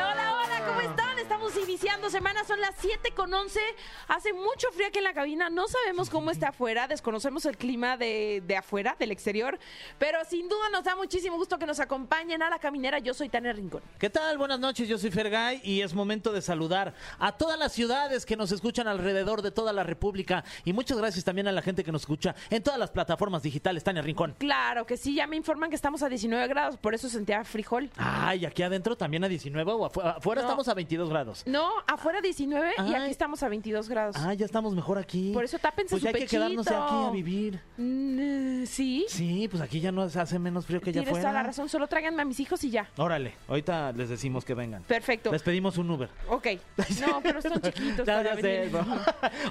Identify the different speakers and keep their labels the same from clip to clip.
Speaker 1: Hola, hola, ¿cómo están? Estamos iniciando semana, son las 7 con 11. Hace mucho frío aquí en la cabina, no sabemos cómo está afuera, desconocemos el clima de, de afuera, del exterior, pero sin duda nos da muchísimo gusto que nos acompañen a la caminera. Yo soy Tania Rincón.
Speaker 2: ¿Qué tal? Buenas noches, yo soy Fergay y es momento de saludar a todas las ciudades que nos escuchan alrededor de toda la República y muchas gracias también a la gente que nos escucha en todas las plataformas digitales, Tania Rincón.
Speaker 1: Claro que sí, ya me informan que estamos a 19 grados, por eso sentía frijol.
Speaker 2: Ay, aquí adentro también a 19 o afu- afuera
Speaker 1: No.
Speaker 2: estamos a 22 grados.
Speaker 1: No, afuera 19 y
Speaker 2: Ay.
Speaker 1: aquí estamos a 22 grados.
Speaker 2: Ah, ya estamos mejor aquí.
Speaker 1: Por eso tápense
Speaker 2: Pues
Speaker 1: su
Speaker 2: ya hay que quedarnos
Speaker 1: pechito.
Speaker 2: aquí a vivir.
Speaker 1: Mm, eh, sí,
Speaker 2: Sí, pues aquí ya nos hace menos frío que ya
Speaker 1: tienes
Speaker 2: fuera.
Speaker 1: toda la razón, solo tráiganme a mis hijos y ya.
Speaker 2: Órale, ahorita les decimos que vengan.
Speaker 1: Perfecto.
Speaker 2: Les pedimos un Uber.
Speaker 1: Ok. No, pero son chiquitos.
Speaker 2: Ya,
Speaker 1: para
Speaker 2: ya sé,
Speaker 1: venir.
Speaker 2: ¿no?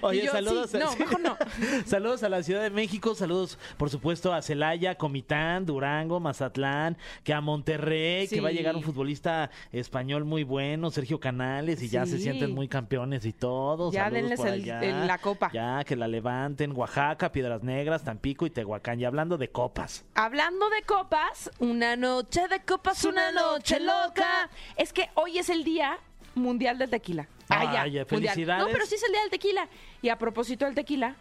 Speaker 2: Oye,
Speaker 1: Y yo,
Speaker 2: saludos.
Speaker 1: sí, no, mejor no.
Speaker 2: saludos a la Ciudad de México, saludos, por supuesto, a Celaya, Comitán, Durango, Mazatlán, que a Monterrey,
Speaker 1: Sí.
Speaker 2: que va a llegar un futbolista español muy bueno, Sergio Canales, y ya se
Speaker 1: Sí.
Speaker 2: sienten muy campeones y todo.
Speaker 1: Ya
Speaker 2: saludos
Speaker 1: denles
Speaker 2: por
Speaker 1: el-
Speaker 2: allá.
Speaker 1: el- la copa.
Speaker 2: Ya, que la levanten. Oaxaca, Piedras Negras, Tampico y Tehuacán. Y hablando de copas.
Speaker 1: Hablando de copas, una noche de copas, una noche loca. Es que hoy es el día mundial del tequila. Ah, ya.
Speaker 2: Vaya,
Speaker 1: mundial.
Speaker 2: felicidades.
Speaker 1: No, pero sí es el día del tequila. Y a propósito del tequila,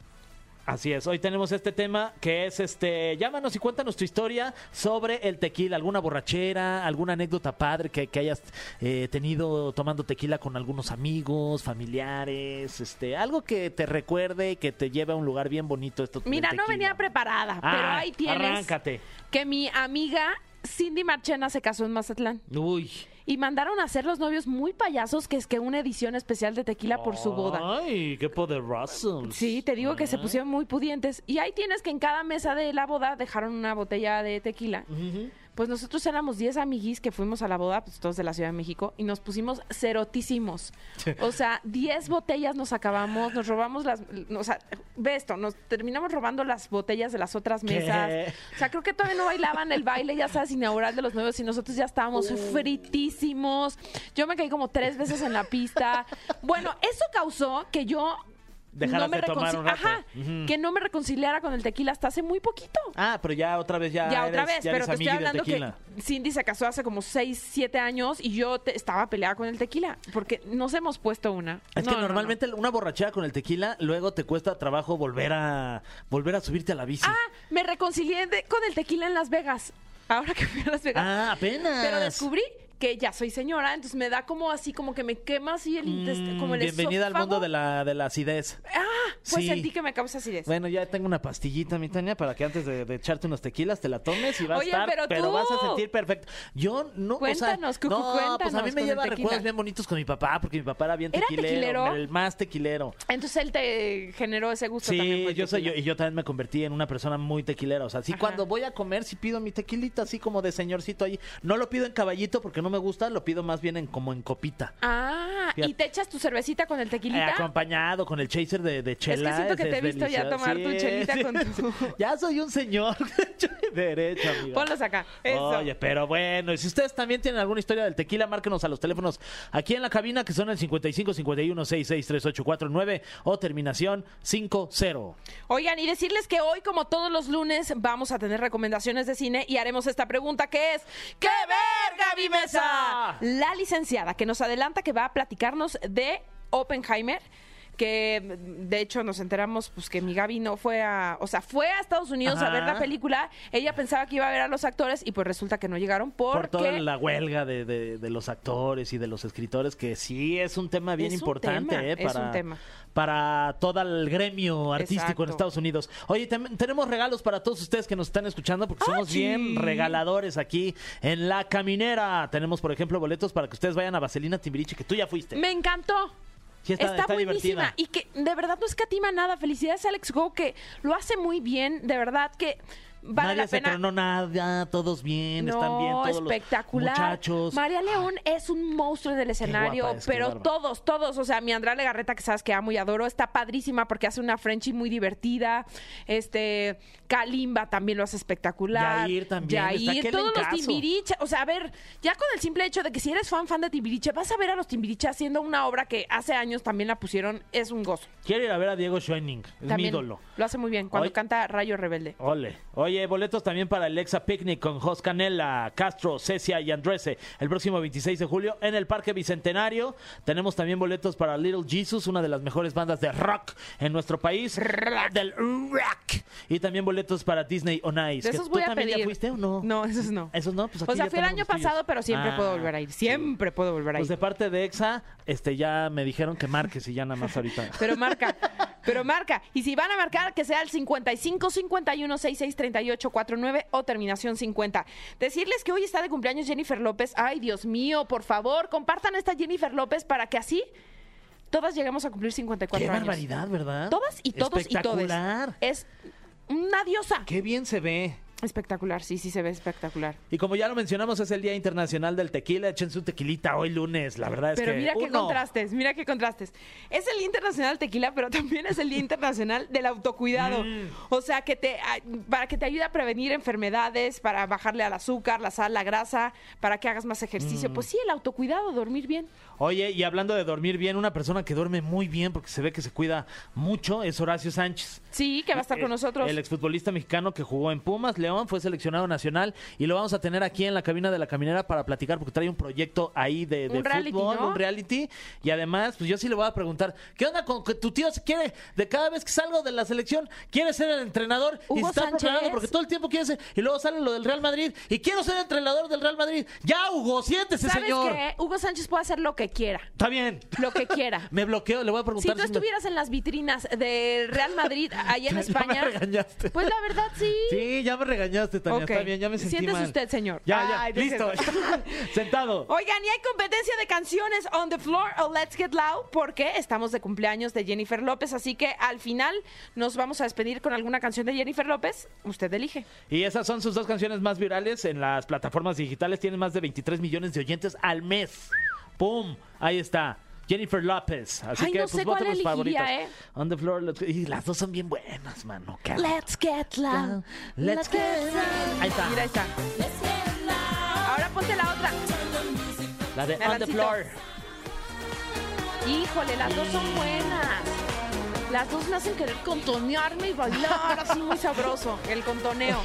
Speaker 2: Así es, hoy tenemos este tema que es este, llámanos y cuéntanos tu historia sobre el tequila, alguna borrachera, alguna anécdota padre que, que hayas eh, tenido tomando tequila con algunos amigos, familiares, este, algo que te recuerde y que te lleve a un lugar bien bonito esto. del
Speaker 1: mira, no
Speaker 2: tequila.
Speaker 1: venía preparada, pero
Speaker 2: Ah,
Speaker 1: ahí tienes
Speaker 2: Arráncate.
Speaker 1: que mi amiga Cindy Marchena se casó en Mazatlán.
Speaker 2: Uy.
Speaker 1: Y mandaron a hacer los novios muy payasos, que es que una edición especial de tequila por su boda.
Speaker 2: Ay, qué Ah, poderoso.
Speaker 1: Sí, te digo que se pusieron muy pudientes. Y ahí tienes que en cada mesa de la boda dejaron una botella de tequila. Pues nosotros éramos 10 amiguis que fuimos a la boda, pues todos de la Ciudad de México, y nos pusimos cerotísimos. O sea, 10 botellas nos acabamos, nos robamos las... O sea, ve esto, nos terminamos robando las botellas de las otras
Speaker 2: ¿Qué?
Speaker 1: mesas. O sea, creo que todavía no bailaban el baile, ya sabes, inaugural de los nuevos, y nosotros ya
Speaker 2: Uh.
Speaker 1: estábamos fritísimos. Yo me caí como tres veces en la pista. Bueno, eso causó que yo...
Speaker 2: Dejaras de tomar
Speaker 1: reconci-
Speaker 2: un rato.
Speaker 1: Ajá,
Speaker 2: Ujú.
Speaker 1: que no me reconciliara con el tequila hasta hace muy poquito.
Speaker 2: Ah, pero ya otra vez ya.
Speaker 1: Ya otra
Speaker 2: eres-
Speaker 1: vez,
Speaker 2: ya
Speaker 1: pero
Speaker 2: eres
Speaker 1: te estoy
Speaker 2: amigui del
Speaker 1: hablando que
Speaker 2: tequila.
Speaker 1: Cindy se casó hace como 6, 7 años y yo te- estaba peleada con el tequila porque nos hemos puesto una.
Speaker 2: Es
Speaker 1: No,
Speaker 2: que
Speaker 1: no, no.
Speaker 2: normalmente una borrachera con el tequila luego te cuesta trabajo volver a volver a subirte a la bici.
Speaker 1: Ah, me reconcilié de- con el tequila en Las Vegas. Ahora que fui a Las Vegas.
Speaker 2: Ah, apenas.
Speaker 1: Pero descubrí que ya soy señora, entonces me da como así, como que me quema así el intestino.
Speaker 2: Mm,
Speaker 1: como el
Speaker 2: Bienvenida al
Speaker 1: esófago.
Speaker 2: mundo de la, de la acidez.
Speaker 1: Ah, pues
Speaker 2: Sí.
Speaker 1: sentí que me causa acidez.
Speaker 2: Bueno, ya tengo una pastillita, mi Tania, para que antes de, de echarte unos tequilas te la tomes y vas
Speaker 1: Oye,
Speaker 2: a estar,
Speaker 1: pero tú.
Speaker 2: vas a sentir perfecto. Yo no, o sea,
Speaker 1: Cuéntanos, Cucu,
Speaker 2: no, pues a
Speaker 1: cuéntanos
Speaker 2: mí
Speaker 1: con
Speaker 2: me
Speaker 1: el
Speaker 2: lleva
Speaker 1: tequila.
Speaker 2: recuerdos bien bonitos con mi papá, porque mi papá era bien
Speaker 1: ¿Era
Speaker 2: tequilero,
Speaker 1: tequilero?
Speaker 2: el más tequilero.
Speaker 1: Entonces él te generó ese gusto también. por
Speaker 2: Sí,
Speaker 1: el
Speaker 2: yo soy yo
Speaker 1: tequila.
Speaker 2: y yo también me convertí en una persona muy tequilera, o sea, sí
Speaker 1: Ajá.
Speaker 2: cuando voy a comer sí pido mi tequilita así como de señorcito ahí. No lo pido en caballito porque no me gusta, lo pido más bien en como en copita.
Speaker 1: Ah,
Speaker 2: Fíjate.
Speaker 1: y te echas tu cervecita con el
Speaker 2: Eh,
Speaker 1: tequilita.
Speaker 2: acompañado con el chaser de, de chela.
Speaker 1: siento que te he visto ya
Speaker 2: delicioso.
Speaker 1: tomar tu chelita con tu-
Speaker 2: Ya soy un señor de derecho, amiga.
Speaker 1: Ponlos acá. Eso.
Speaker 2: Oye, pero bueno, y si ustedes también tienen alguna historia del tequila, márquenos a los teléfonos aquí en la cabina que son el 55 51 66 3849 o terminación 50.
Speaker 1: Oigan, y decirles que hoy, como todos los lunes, vamos a tener recomendaciones de cine y haremos esta pregunta que es ¡Qué ver, Gaby Mesa! La licenciada que nos adelanta que va a platicarnos de Oppenheimer que de hecho nos enteramos pues que mi Gaby no fue a, o sea, fue a Estados Unidos a
Speaker 2: Ajá.
Speaker 1: ver la película, ella pensaba que iba a ver a los actores y pues resulta que no llegaron porque
Speaker 2: por toda la huelga de, de- de los actores y de los escritores, que sí es un tema
Speaker 1: Es
Speaker 2: bien
Speaker 1: un
Speaker 2: importante
Speaker 1: tema,
Speaker 2: eh,
Speaker 1: es un
Speaker 2: para,
Speaker 1: tema.
Speaker 2: para todo el gremio artístico en
Speaker 1: Exacto.
Speaker 2: Estados Unidos. Oye, tam- tenemos regalos para todos ustedes que nos están escuchando, porque
Speaker 1: Ah,
Speaker 2: somos bien regaladores aquí en La Caminera. Tenemos, por ejemplo, boletos para que ustedes vayan a Vaselina Timbiriche, que tú ya fuiste.
Speaker 1: Me encantó.
Speaker 2: Sí, está-
Speaker 1: está,
Speaker 2: está
Speaker 1: buenísima
Speaker 2: divertida.
Speaker 1: y que de verdad no escatima nada. Felicidades a Alex Go que lo hace muy bien, de verdad que vale
Speaker 2: Nadie
Speaker 1: la
Speaker 2: se
Speaker 1: pena.
Speaker 2: tronó nada, todos bien, están bien, todos
Speaker 1: espectacular.
Speaker 2: los muchachos.
Speaker 1: María León es un monstruo del escenario,
Speaker 2: guapa es, qué
Speaker 1: pero
Speaker 2: bárbara.
Speaker 1: todos, todos, o sea, mi Andrea Legarreta, que sabes que amo y adoro, está padrísima porque hace una Frenchie muy divertida. Este, Kalimba también lo hace espectacular.
Speaker 2: Yair también, está
Speaker 1: Yair,
Speaker 2: aquel
Speaker 1: todos los
Speaker 2: encaso.
Speaker 1: Timbiriche, o sea, a ver, ya con el simple hecho de que si eres fan, fan de Timbiriche, vas a ver a los Timbiriche haciendo una obra que hace años también la pusieron, es un gozo.
Speaker 2: Quiero ir a ver a Diego Schoening, es mi
Speaker 1: También
Speaker 2: ídolo.
Speaker 1: Lo hace muy bien cuando
Speaker 2: Hoy-
Speaker 1: canta Rayo Rebelde.
Speaker 2: Ole. Oye, boletos también para el Exa Picnic con Jos Canela, Castro, Cecia y Andrese el próximo 26 de julio en el Parque Bicentenario. Tenemos también boletos para Little Jesus, una de las mejores bandas de rock en nuestro país. Del rock. Y también boletos para Disney On Ice.
Speaker 1: De
Speaker 2: que
Speaker 1: esos
Speaker 2: ¿Tú
Speaker 1: voy a
Speaker 2: también
Speaker 1: pedir.
Speaker 2: ya fuiste o no?
Speaker 1: No, esos no.
Speaker 2: ¿Esos no? Pues aquí
Speaker 1: o sea,
Speaker 2: ya
Speaker 1: fui el año
Speaker 2: tenemos los tuyos.
Speaker 1: pasado, pero siempre
Speaker 2: Ah,
Speaker 1: puedo volver a ir. Siempre puedo volver a ir.
Speaker 2: Pues de parte de Exa, este ya me dijeron que marques y ya nada más ahorita.
Speaker 1: Pero marca, pero marca. Y si van a marcar, que sea el 55 51 66 38 49 o terminación 50. Decirles que hoy está de cumpleaños Jennifer López. Ay, Dios mío, por favor, compartan esta Jennifer López para que así todas lleguemos a cumplir 54
Speaker 2: Qué
Speaker 1: años.
Speaker 2: barbaridad, ¿verdad?
Speaker 1: Todas y todos y todes.
Speaker 2: Espectacular.
Speaker 1: Es una diosa.
Speaker 2: Qué bien se ve.
Speaker 1: Espectacular, sí, sí se ve espectacular.
Speaker 2: Y como ya lo mencionamos, es el Día Internacional del Tequila. Echen su tequilita hoy lunes, la verdad es
Speaker 1: pero
Speaker 2: que.
Speaker 1: mira qué
Speaker 2: uno,
Speaker 1: contrastes, mira qué contrastes. Es el Día Internacional del Tequila, pero también es el Día Internacional del Autocuidado.
Speaker 2: Mm.
Speaker 1: O sea, que te, a- para que te ayude a prevenir enfermedades, para bajarle al azúcar, la sal, la grasa, para que hagas más
Speaker 2: Mm.
Speaker 1: ejercicio. Pues sí, el autocuidado, dormir bien.
Speaker 2: Oye, y hablando de dormir bien, una persona que duerme muy bien porque se ve que se cuida mucho es Horacio Sánchez.
Speaker 1: Sí, que va a estar con
Speaker 2: Eh,
Speaker 1: nosotros.
Speaker 2: El exfutbolista mexicano que jugó en Pumas, León, fue seleccionado nacional y lo vamos a tener aquí en la cabina de la caminera para platicar porque trae un proyecto ahí de, de
Speaker 1: Un reality,
Speaker 2: fútbol,
Speaker 1: ¿no?
Speaker 2: un reality. Y además, pues yo sí le voy a preguntar, ¿qué onda con que tu tío se quiere, de cada vez que salgo de la selección, quiere ser el entrenador y
Speaker 1: Hugo
Speaker 2: se está
Speaker 1: Sánchez.
Speaker 2: proclamando porque todo el tiempo quiere ser, y luego sale lo del Real Madrid y quiero ser entrenador del Real Madrid. Ya, Hugo, siéntese,
Speaker 1: ¿Sabes
Speaker 2: señor.
Speaker 1: qué? Hugo Sánchez puede hacer lo que quiera.
Speaker 2: Está bien.
Speaker 1: Lo que quiera.
Speaker 2: Me bloqueo, le voy a
Speaker 1: Si
Speaker 2: preguntar.
Speaker 1: tú
Speaker 2: me-
Speaker 1: estuvieras en las vitrinas de Real Madrid, allá en
Speaker 2: Ya me
Speaker 1: España,
Speaker 2: regañaste.
Speaker 1: pues la verdad sí.
Speaker 2: Sí, ya me regañaste, Tania.
Speaker 1: Ok.
Speaker 2: Está bien, ya me sentí
Speaker 1: Siéntese
Speaker 2: mal.
Speaker 1: usted, señor.
Speaker 2: Ya, ya.
Speaker 1: Ay, no es
Speaker 2: Listo. Sentado.
Speaker 1: Oigan, y hay competencia de canciones on the floor o Let's Get Loud porque estamos de cumpleaños de Jennifer López, así que al final nos vamos a despedir con alguna canción de Jennifer López. Usted elige.
Speaker 2: Y esas son sus dos canciones más virales en las plataformas digitales. Tienen más de 23 millones de oyentes al mes. ¡Pum! Ahí está. Jennifer López. Así
Speaker 1: Ay,
Speaker 2: que,
Speaker 1: no
Speaker 2: pues,
Speaker 1: sé
Speaker 2: voten
Speaker 1: cuál
Speaker 2: los
Speaker 1: elegiría,
Speaker 2: favoritos.
Speaker 1: ¿eh?
Speaker 2: On the floor. let's- Y las dos son bien buenas, mano. Qué-
Speaker 1: Get
Speaker 2: Loud. Let's get loud. Ahí está.
Speaker 1: Mira, ahí está. Ahora ponte la otra.
Speaker 2: La de On the
Speaker 1: Nalancito.
Speaker 2: floor.
Speaker 1: Híjole, las dos son buenas. Las dos me hacen querer contonearme y bailar así muy sabroso, el contoneo.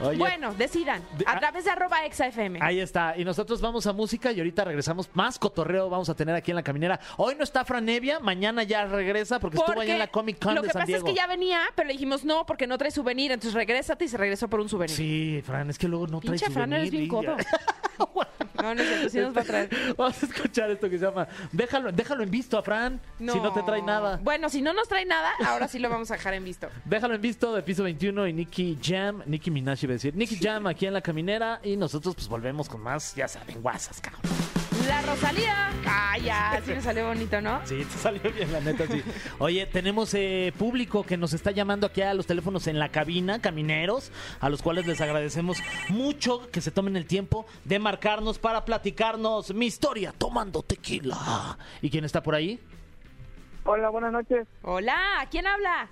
Speaker 2: Oye,
Speaker 1: Bueno, decidan.
Speaker 2: De-
Speaker 1: A
Speaker 2: ah.
Speaker 1: través de arroba exafm.
Speaker 2: Ahí está. Y nosotros vamos a música y ahorita regresamos. Más cotorreo vamos a tener aquí en la caminera. Hoy no está Franevia, mañana ya regresa porque, estuvo ahí en la Comic Con
Speaker 1: lo
Speaker 2: de
Speaker 1: que
Speaker 2: San
Speaker 1: pasa
Speaker 2: Diego.
Speaker 1: es que ya venía, pero le dijimos no, porque no trae souvenir, entonces regrésate y se regresó por un souvenir.
Speaker 2: Sí, Fran, es que luego no trae
Speaker 1: Pinche Fran, eres bien
Speaker 2: souvenir,
Speaker 1: codo.
Speaker 2: y-
Speaker 1: No, no es cierto, sí nos va a traer.
Speaker 2: Vamos a escuchar esto que se llama Déjalo, déjalo en visto a Fran si no te trae nada.
Speaker 1: Bueno, si no nos trae nada, ahora sí lo vamos a dejar en visto.
Speaker 2: Déjalo en visto de piso 21 y Nicky Jam, Nicky Minaj iba a decir, Nicky Jam aquí en la caminera y nosotros pues volvemos con más, ya saben, guasas, cabrón.
Speaker 1: La Rosalía. Ah, ya, sí me salió bonito, ¿no?
Speaker 2: Sí, te salió bien, la neta, sí. Oye, tenemos eh, público que nos está llamando aquí a los teléfonos en la cabina, camineros, a los cuales les agradecemos mucho que se tomen el tiempo de marcarnos para platicarnos mi historia tomando tequila. ¿Y quién está por ahí?
Speaker 3: Hola, buenas noches.
Speaker 1: Hola, ¿quién habla?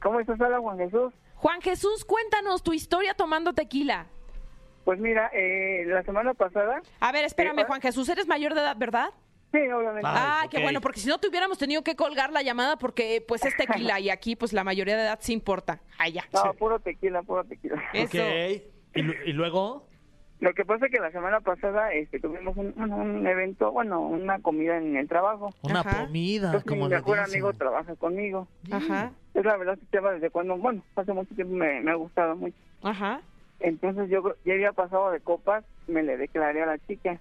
Speaker 3: ¿Cómo estás, Hola, Juan Jesús?
Speaker 1: Juan Jesús, cuéntanos tu historia tomando tequila.
Speaker 3: Pues mira, eh, la semana pasada,
Speaker 1: A ver, espérame,
Speaker 3: Eh,
Speaker 1: Juan Jesús, eres mayor de edad, ¿verdad?
Speaker 3: sí, obviamente.
Speaker 2: Ah,
Speaker 1: Ah,
Speaker 2: ok.
Speaker 1: qué bueno, porque si no te hubiéramos tenido que colgar la llamada porque pues es tequila y aquí pues la mayoría de edad sí importa. Ah, ya.
Speaker 3: No, puro tequila, puro tequila.
Speaker 2: Eh.
Speaker 1: Eso.
Speaker 2: Ok. ¿Y, lu- y luego?
Speaker 3: Lo que pasa es que la semana pasada este, tuvimos un, un- un evento, bueno, una comida en el trabajo.
Speaker 2: Una
Speaker 1: Ajá.
Speaker 2: comida,
Speaker 3: Entonces,
Speaker 2: Ah, como
Speaker 3: mi
Speaker 2: le
Speaker 3: mejor
Speaker 2: dicen.
Speaker 3: amigo trabaja conmigo.
Speaker 1: Ajá,
Speaker 3: Es la verdad, este tema desde cuando, bueno, hace mucho tiempo me, me ha gustado mucho.
Speaker 1: ajá.
Speaker 3: Entonces yo ya había pasado de copas, me le declaré a la chica.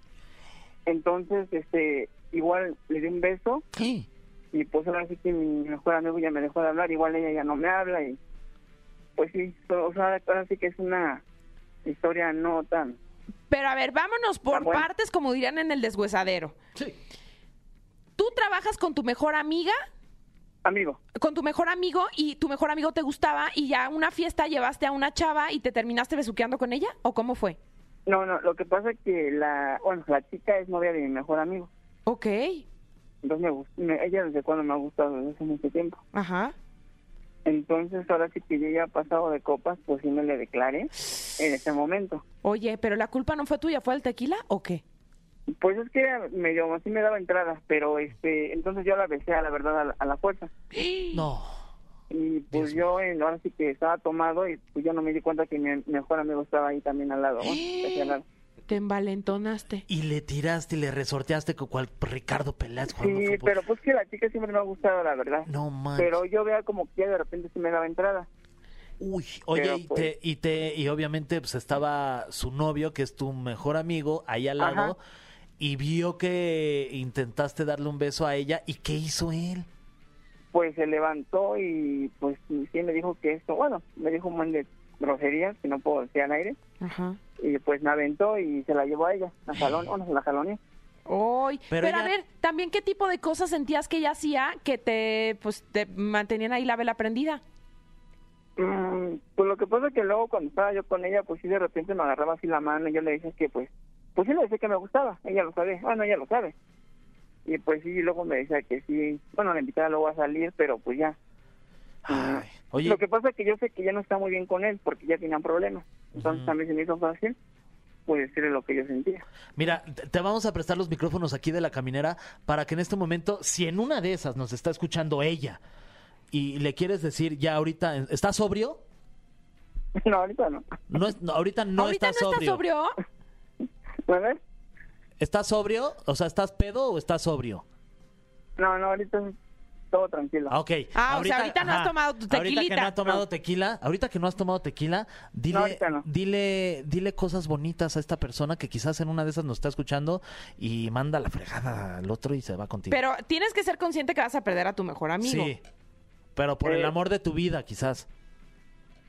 Speaker 3: Entonces, este, igual le di un beso
Speaker 2: Sí.
Speaker 3: y pues ahora sí que mi mejor amigo ya me dejó de hablar, igual ella ya no me habla y pues sí, so- o sea, ahora sí que es una historia no tan...
Speaker 1: Pero a ver, vámonos por
Speaker 3: Ah, bueno.
Speaker 1: partes, como dirían en el deshuesadero.
Speaker 2: Sí.
Speaker 1: Tú trabajas con tu mejor amiga
Speaker 3: Amigo.
Speaker 1: con tu mejor amigo y tu mejor amigo te gustaba y ya a una fiesta llevaste a una chava y te terminaste besuqueando con ella o cómo fue?
Speaker 3: No, no, lo que pasa es que la, bueno, la chica es novia de mi mejor amigo.
Speaker 1: Ok,
Speaker 3: Entonces, me, gust- me- ella desde cuando me ha gustado, desde hace mucho tiempo.
Speaker 1: ajá.
Speaker 3: Entonces, ahora sí que yo ya he pasado de copas, pues sí me le declaré en ese momento.
Speaker 1: Oye, pero la culpa no fue tuya, fue el tequila o qué?
Speaker 3: Pues es que era medio, así me daba entradas, pero este, entonces yo la besé a la verdad a la, a la fuerza.
Speaker 2: No.
Speaker 3: Y pues yo en- ahora sí que estaba tomado y pues yo no me di cuenta que mi mejor amigo estaba ahí también al lado. bueno, casi al lado.
Speaker 1: Te envalentonaste.
Speaker 2: Y le tiraste y le resorteaste con cual Ricardo Peláez jugando
Speaker 3: Sí,
Speaker 2: fútbol.
Speaker 3: pero pues que la chica siempre me ha gustado, la verdad.
Speaker 2: No manches.
Speaker 3: Pero yo vea como que ya de repente sí me daba entrada.
Speaker 2: Uy, oye,
Speaker 3: Pero,
Speaker 2: y,
Speaker 3: pues-
Speaker 2: te, y te y obviamente pues estaba su novio, que es tu mejor amigo, ahí al lado,
Speaker 3: Ajá.
Speaker 2: y vio que intentaste darle un beso a ella, ¿y qué hizo él?
Speaker 3: Pues se levantó y pues sí sí me dijo que esto, bueno, me dijo un montón de groserías que no puedo decir al aire.
Speaker 1: Ajá.
Speaker 3: Y pues me aventó y se la llevó a ella, la jalón, bueno, se la jaloné.
Speaker 1: Oy,
Speaker 2: Pero
Speaker 1: pero, a
Speaker 2: ella-
Speaker 1: ver, también qué tipo de cosas sentías que ella hacía que te pues te mantenían ahí la vela prendida.
Speaker 3: Mm, pues lo que pasa es que luego cuando estaba yo con ella, pues sí de repente me agarraba así la mano y yo le decía que pues, pues sí le decía que me gustaba, ella lo sabe, bueno, ella lo sabe. Y pues sí, luego me decía que sí, bueno, la invitaba luego a salir, pero pues ya.
Speaker 2: Ay,
Speaker 3: Lo
Speaker 2: oye,
Speaker 3: que pasa es que yo sé que ya no está muy bien con él porque ya tenían problemas. Entonces también se me hizo fácil pues decirle lo que yo sentía.
Speaker 2: mira, te- te vamos a prestar los micrófonos aquí de la caminera para que en este momento, si en una de esas nos está escuchando ella y le quieres decir ya ahorita, ¿estás sobrio?
Speaker 3: No, ahorita no.
Speaker 2: No, es- no, ahorita no
Speaker 1: Ahorita
Speaker 2: estás
Speaker 1: no estás
Speaker 2: sobrio.
Speaker 1: sobrio.
Speaker 3: ¿Verdad?
Speaker 2: ¿Estás sobrio? O sea, ¿estás pedo o estás sobrio?
Speaker 3: No, no, ahorita es todo tranquilo.
Speaker 2: Ah, ok.
Speaker 1: Ah, o sea, ahorita no has tomado tu
Speaker 2: Ahorita que no
Speaker 1: tequilita.
Speaker 2: has tomado
Speaker 1: No.
Speaker 2: tequila, ahorita que no has tomado tequila, dile,
Speaker 3: No, ahorita no.
Speaker 2: dile, dile cosas bonitas a esta persona que quizás en una de esas nos está escuchando y manda la fregada al otro y se va contigo.
Speaker 1: Pero tienes que ser consciente que vas a perder a tu mejor amigo.
Speaker 2: sí. Pero por el
Speaker 3: Eh.
Speaker 2: amor de tu vida, quizás.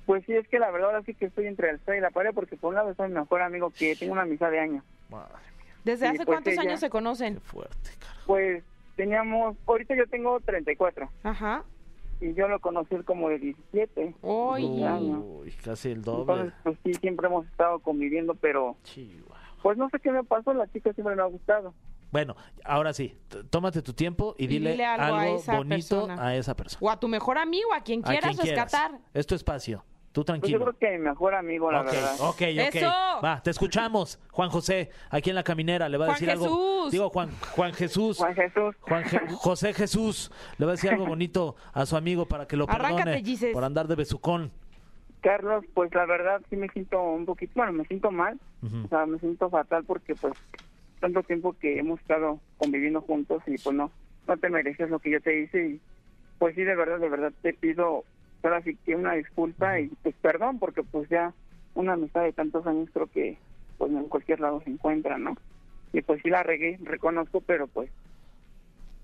Speaker 3: Pues sí, es que la verdad ahora sí que estoy entre el sol y la pared porque por un lado está mi mejor amigo que tengo una amistad de años.
Speaker 2: Madre mía,
Speaker 1: ¿Desde
Speaker 3: Sí,
Speaker 1: hace
Speaker 3: pues,
Speaker 1: cuántos
Speaker 3: ella-
Speaker 1: años se
Speaker 2: qué
Speaker 1: conocen?
Speaker 2: fuerte, carajo.
Speaker 3: Pues teníamos, ahorita yo tengo 34
Speaker 1: Ajá.
Speaker 3: y yo lo conocí él como de 17.
Speaker 1: Oy.
Speaker 3: año.
Speaker 2: Uy, casi el doble.
Speaker 3: Entonces, pues sí, siempre hemos estado conviviendo, pero
Speaker 2: Chihuahua.
Speaker 3: pues no sé qué me pasó, la chica siempre me ha gustado.
Speaker 2: Bueno, ahora sí, t- tómate tu tiempo y
Speaker 1: Y
Speaker 2: dile,
Speaker 1: dile algo
Speaker 2: algo,
Speaker 1: a esa
Speaker 2: bonito
Speaker 1: persona.
Speaker 2: a esa persona.
Speaker 1: O a tu mejor amigo, a quien
Speaker 2: A quien
Speaker 1: quieras rescatar.
Speaker 2: Es tu espacio. Tú
Speaker 3: Pues
Speaker 2: tranquilo.
Speaker 3: yo creo que mi mejor amigo, la
Speaker 2: Ok,
Speaker 3: verdad.
Speaker 2: ok, ok.
Speaker 1: ¡Eso!
Speaker 2: Va, te escuchamos. Juan José, aquí en la caminera, le va a
Speaker 1: Juan
Speaker 2: decir algo.
Speaker 1: Jesús.
Speaker 2: Digo, Juan, Juan Jesús.
Speaker 3: Juan Jesús.
Speaker 2: Juan Je- José Jesús le va a decir algo bonito a su amigo para que lo
Speaker 1: Arráncate,
Speaker 2: perdone
Speaker 1: Gises.
Speaker 2: por andar de besucón.
Speaker 3: Carlos, pues la verdad sí me siento un poquito, bueno, me siento mal, o sea, me siento fatal porque pues tanto tiempo que hemos estado conviviendo juntos y pues no, no te mereces lo que yo te hice y pues sí, de verdad, de verdad te pido ahora sí que una disculpa y pues perdón porque pues ya una amistad de tantos años creo que pues en cualquier lado se encuentra, ¿no? Y pues sí la regué, reconozco, pero pues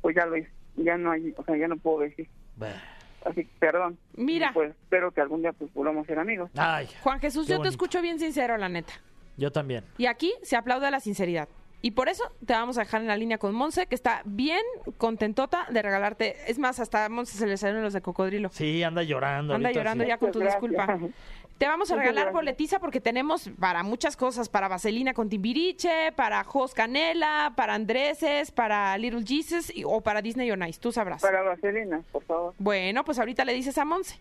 Speaker 3: pues ya lo hice, ya no hay, o sea, ya no puedo decir,
Speaker 2: Bah.
Speaker 3: así que perdón.
Speaker 1: Mira.
Speaker 3: Y, Pues espero que algún día pues podamos ser amigos.
Speaker 2: Ay,
Speaker 1: Juan Jesús,
Speaker 2: Qué
Speaker 1: yo te
Speaker 2: bonito.
Speaker 1: escucho bien sincero, la neta.
Speaker 2: yo también.
Speaker 1: Y aquí se aplaude la sinceridad. Y por eso te vamos a dejar en la línea con Monse, que está bien contentota de regalarte. Es más, hasta a Monse se le salieron los de cocodrilo.
Speaker 2: Sí, anda llorando.
Speaker 1: Anda
Speaker 2: ahorita,
Speaker 1: llorando
Speaker 2: sí.
Speaker 1: ya con tu
Speaker 3: Muchas
Speaker 1: disculpa.
Speaker 3: gracias.
Speaker 1: Te vamos a
Speaker 3: Muchas
Speaker 1: regalar
Speaker 3: gracias.
Speaker 1: boletiza porque tenemos para muchas cosas, para Vaselina con Timbiriche, para Jos Canela, para Andreses, para Little Jesus y- o para Disney on Ice. Tú sabrás.
Speaker 3: Para Vaselina, por favor.
Speaker 1: Bueno, pues ahorita le dices a Monse,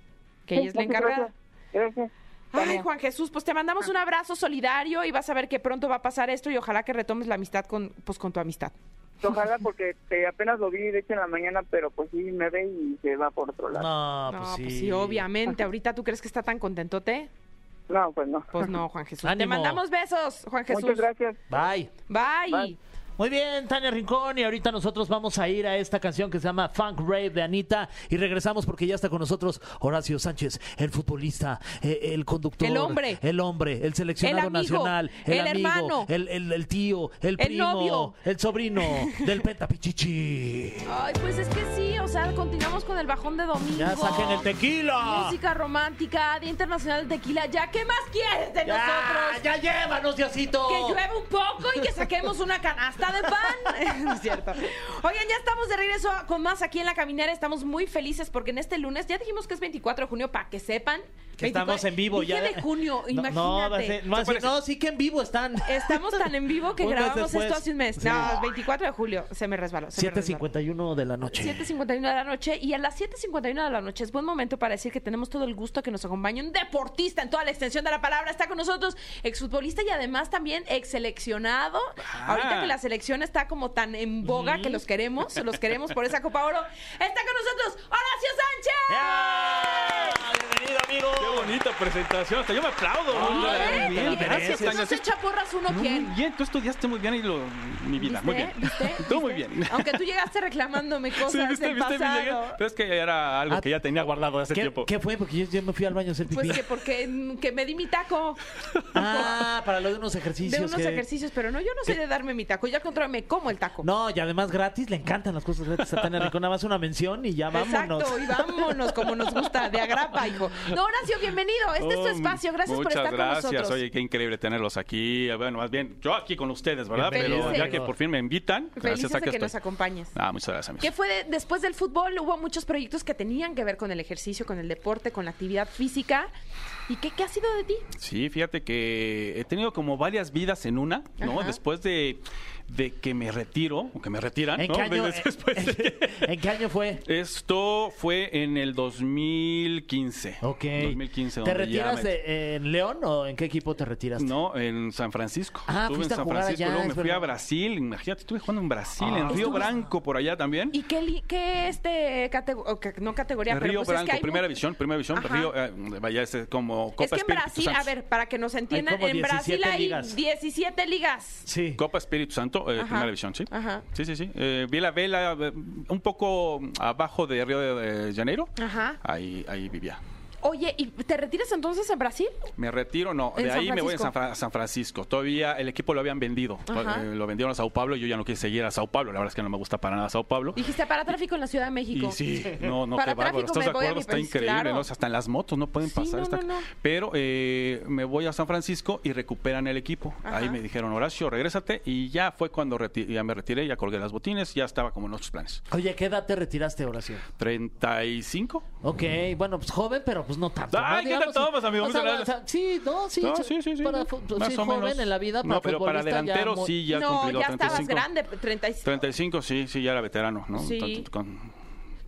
Speaker 1: que ella es la
Speaker 3: Muchas
Speaker 1: encargada.
Speaker 3: Gracias. gracias.
Speaker 1: Ay,
Speaker 3: Tania.
Speaker 1: Juan Jesús, pues te mandamos un abrazo solidario y vas a ver que pronto va a pasar esto y ojalá que retomes la amistad con, pues, con tu amistad.
Speaker 3: Ojalá porque te- apenas lo vi, de hecho, en la mañana, pero pues sí, me ve y se va por otro lado.
Speaker 2: No, pues, sí.
Speaker 1: obviamente. Ahorita tú crees que está tan contentote.
Speaker 3: No, pues no.
Speaker 1: Pues no, Juan Jesús. Te
Speaker 2: Ánimo.
Speaker 1: mandamos besos, Juan Jesús.
Speaker 3: Muchas gracias.
Speaker 2: Bye.
Speaker 1: Bye.
Speaker 3: Bye.
Speaker 2: Muy bien, Tania Rincón, y ahorita nosotros vamos a ir a esta canción que se llama Funk Rave de Anita y regresamos porque ya está con nosotros Horacio Sánchez, el futbolista, eh, el conductor,
Speaker 1: El hombre.
Speaker 2: el hombre, el seleccionado
Speaker 1: El amigo,
Speaker 2: nacional, el,
Speaker 1: el
Speaker 2: amigo,
Speaker 1: hermano.
Speaker 2: el, el- el tío, el,
Speaker 1: El
Speaker 2: primo,
Speaker 1: novio.
Speaker 2: el sobrino del Penta Pichichi.
Speaker 1: Ay, pues es que sí, o sea, continuamos con el bajón de domingo.
Speaker 2: Ya saquen el tequila.
Speaker 1: Música romántica, Día Internacional del Tequila. Ya, ¿qué más quieres de
Speaker 2: Ya,
Speaker 1: nosotros?
Speaker 2: ya llévanos, Diosito.
Speaker 1: Que llueva un poco y que saquemos una canasta está de pan. No es cierto. Oigan, ya estamos de regreso con más aquí en la caminera. Estamos muy felices porque en este lunes, ya dijimos que es 24 de junio, para que sepan.
Speaker 2: Que estamos
Speaker 1: 24
Speaker 2: en vivo
Speaker 1: Dije
Speaker 2: ya.
Speaker 1: de junio,
Speaker 2: No,
Speaker 1: imagínate. Eh,
Speaker 2: No, va a ser- no, va a ser- no, sí que en vivo están.
Speaker 1: Estamos tan en vivo que
Speaker 2: Un mes
Speaker 1: grabamos
Speaker 2: después.
Speaker 1: esto hace un mes. No, es 24 de julio. Se me resbaló. se me resbaló.
Speaker 2: 7.51 de la noche.
Speaker 1: 7.51 de la noche y a las 7.51 de la noche es buen momento para decir que tenemos todo el gusto que nos acompañe un deportista en toda la extensión de la palabra. Está con nosotros, exfutbolista y además también ex seleccionado.
Speaker 4: Ah.
Speaker 1: Ahorita que la selección está como tan en boga que los queremos, los queremos por esa Copa Oro. Está con nosotros Horacio
Speaker 2: ¡Ah!
Speaker 1: Sánchez.
Speaker 2: Bienvenido, amigo.
Speaker 4: Qué bonita presentación, hasta yo me aplaudo.
Speaker 1: Ah, ¿eh?
Speaker 2: Ay,
Speaker 4: Muchas
Speaker 2: bien,
Speaker 4: gracias,
Speaker 2: mereces.
Speaker 4: Tania.
Speaker 1: No se echa porras uno
Speaker 4: Muy
Speaker 1: quién.
Speaker 4: bien, tú estudiaste muy bien y lo, mi vida, muy bien.
Speaker 1: ¿Viste?
Speaker 4: Tú muy
Speaker 1: ¿Viste?
Speaker 4: bien.
Speaker 1: Aunque tú llegaste reclamándome cosas
Speaker 4: Sí, viste,
Speaker 1: del
Speaker 4: viste, mi
Speaker 1: pasado.
Speaker 4: llega- Pero es que era algo que ya tenía guardado hace
Speaker 2: Ah. ¿Qué,
Speaker 4: tiempo.
Speaker 2: qué fue? Porque yo, yo me fui al baño a hacer pipí.
Speaker 1: Pues que porque mm, que me di mi taco
Speaker 2: Ah, para lo de unos ejercicios.
Speaker 1: de unos
Speaker 2: que-
Speaker 1: ejercicios, pero no, yo no soy de darme mi taco, yo al contrario me como el taco.
Speaker 2: No, y además gratis, le encantan las cosas gratis a Tania Rincón. Nada más una mención y ya vámonos.
Speaker 1: Exacto, y vámonos como nos gusta, de agrapa, hijo. No, Horacio, bienvenido, este es tu
Speaker 4: Oh,
Speaker 1: espacio, gracias por
Speaker 4: Muchas
Speaker 1: estar
Speaker 4: gracias.
Speaker 1: con nosotros.
Speaker 4: Oye, qué increíble tenerlos aquí. Bueno, más bien, yo aquí con ustedes, ¿verdad?
Speaker 1: Felices.
Speaker 4: Pero ya que por fin me invitan,
Speaker 1: Felices
Speaker 4: gracias
Speaker 1: de
Speaker 4: a
Speaker 1: que
Speaker 4: que
Speaker 1: nos
Speaker 4: estoy.
Speaker 1: acompañes.
Speaker 4: Ah, muchas gracias, amigos.
Speaker 1: ¿Qué fue de- después del fútbol? Hubo muchos proyectos que tenían que ver con el ejercicio, con el deporte, con la actividad física. ¿Y qué, qué ha sido de ti?
Speaker 4: Sí, fíjate que he tenido como varias vidas en una, ¿no?
Speaker 1: Ajá.
Speaker 4: Después de, de que me retiro, o que me retiran,
Speaker 2: ¿En,
Speaker 4: Ah, ¿no? pues
Speaker 2: qué año,
Speaker 4: Después de
Speaker 1: Eh,
Speaker 4: que-
Speaker 2: ¿En qué año fue?
Speaker 4: Esto fue en el 2015.
Speaker 2: Ok.
Speaker 4: 2015.
Speaker 2: ¿Te
Speaker 4: donde ya
Speaker 2: retiras
Speaker 4: me-
Speaker 2: de- en León o en qué equipo te retiraste?
Speaker 4: No, en San Francisco.
Speaker 2: Ah,
Speaker 4: estuve en
Speaker 2: fuiste a
Speaker 4: San
Speaker 2: jugar
Speaker 4: Francisco,
Speaker 2: allá,
Speaker 4: luego me
Speaker 2: es
Speaker 4: fui a
Speaker 2: verdad.
Speaker 4: Brasil. Imagínate, estuve jugando en Brasil, en Río
Speaker 1: Estuviste-
Speaker 4: Branco, por allá también.
Speaker 1: Ah, ¿Y qué, li- qué este catego- o que- no categoría, pero
Speaker 4: Río
Speaker 1: pues es
Speaker 4: Branco,
Speaker 1: que hay
Speaker 4: primera
Speaker 1: mu-
Speaker 4: visión, primera visión.
Speaker 1: Ajá.
Speaker 4: Río, eh, vaya, ese es como Copa
Speaker 1: es que en
Speaker 4: Espíritu
Speaker 1: Brasil,
Speaker 4: Santo.
Speaker 1: a ver, para que nos entiendan,
Speaker 2: como
Speaker 1: en Brasil
Speaker 2: 17
Speaker 1: hay
Speaker 2: ligas.
Speaker 1: 17 ligas.
Speaker 2: Sí.
Speaker 4: Copa Espíritu Santo, eh,
Speaker 1: Ajá.
Speaker 4: primera división, sí.
Speaker 1: Ajá.
Speaker 4: Sí, sí, sí. Eh, vi la vela eh, un poco abajo de Río de, de Janeiro.
Speaker 1: Ajá.
Speaker 4: Ahí, ahí vivía.
Speaker 1: Oye, ¿y te retiras entonces en Brasil?
Speaker 4: Me retiro, no.
Speaker 1: En
Speaker 4: De
Speaker 1: San
Speaker 4: ahí me voy a
Speaker 1: Francisco.
Speaker 4: San, Fra- San Francisco. Todavía el equipo lo habían vendido.
Speaker 1: Ajá.
Speaker 4: Eh, Lo vendieron a Sao Paulo. Yo ya no quise seguir a Sao Paulo. La verdad es que no me gusta para nada Sao Paulo.
Speaker 1: Dijiste para tráfico en la Ciudad de México.
Speaker 4: Y sí, no, no,
Speaker 1: Para
Speaker 4: qué bárbaro.
Speaker 1: tráfico
Speaker 4: ¿Estás
Speaker 1: me
Speaker 4: de
Speaker 1: voy a
Speaker 4: acuerdo?
Speaker 1: mi
Speaker 4: Está
Speaker 1: país,
Speaker 4: increíble,
Speaker 1: claro.
Speaker 4: ¿no? O sea, hasta en las motos no pueden
Speaker 1: Sí,
Speaker 4: pasar.
Speaker 1: no,
Speaker 4: esta-
Speaker 1: no, no.
Speaker 4: Pero eh, me voy a San Francisco y recuperan el equipo.
Speaker 1: Ajá.
Speaker 4: Ahí me dijeron, Horacio, regrésate. Y ya fue cuando reti- ya me retiré, ya colgué las botines, ya estaba como en otros planes.
Speaker 2: Oye, ¿qué edad te retiraste, Horacio?
Speaker 4: 35.
Speaker 2: Ok, bueno, pues joven, pero pues no tanto.
Speaker 4: Ay,
Speaker 2: ¿no?
Speaker 4: ¿qué
Speaker 2: Digamos,
Speaker 4: tanto vamos, amigo?
Speaker 2: o sea,
Speaker 4: Muchas
Speaker 2: o sea, sí, no, sí.
Speaker 4: No,
Speaker 2: sí,
Speaker 4: Ah, sí, sí, sí.
Speaker 2: Para,
Speaker 4: sí.
Speaker 2: fu- pues,
Speaker 1: pues
Speaker 2: sí,
Speaker 4: Más o
Speaker 2: joven
Speaker 4: menos.
Speaker 2: en la vida, para
Speaker 4: No, pero para
Speaker 2: futbolista ya
Speaker 4: delantero
Speaker 2: muy-
Speaker 4: sí ya
Speaker 1: no,
Speaker 4: cumplido
Speaker 1: ya
Speaker 4: 35.
Speaker 1: estabas grande, 35.
Speaker 4: 35, sí, sí, ya era veterano, ¿no?
Speaker 1: Sí.
Speaker 4: Tanto- con-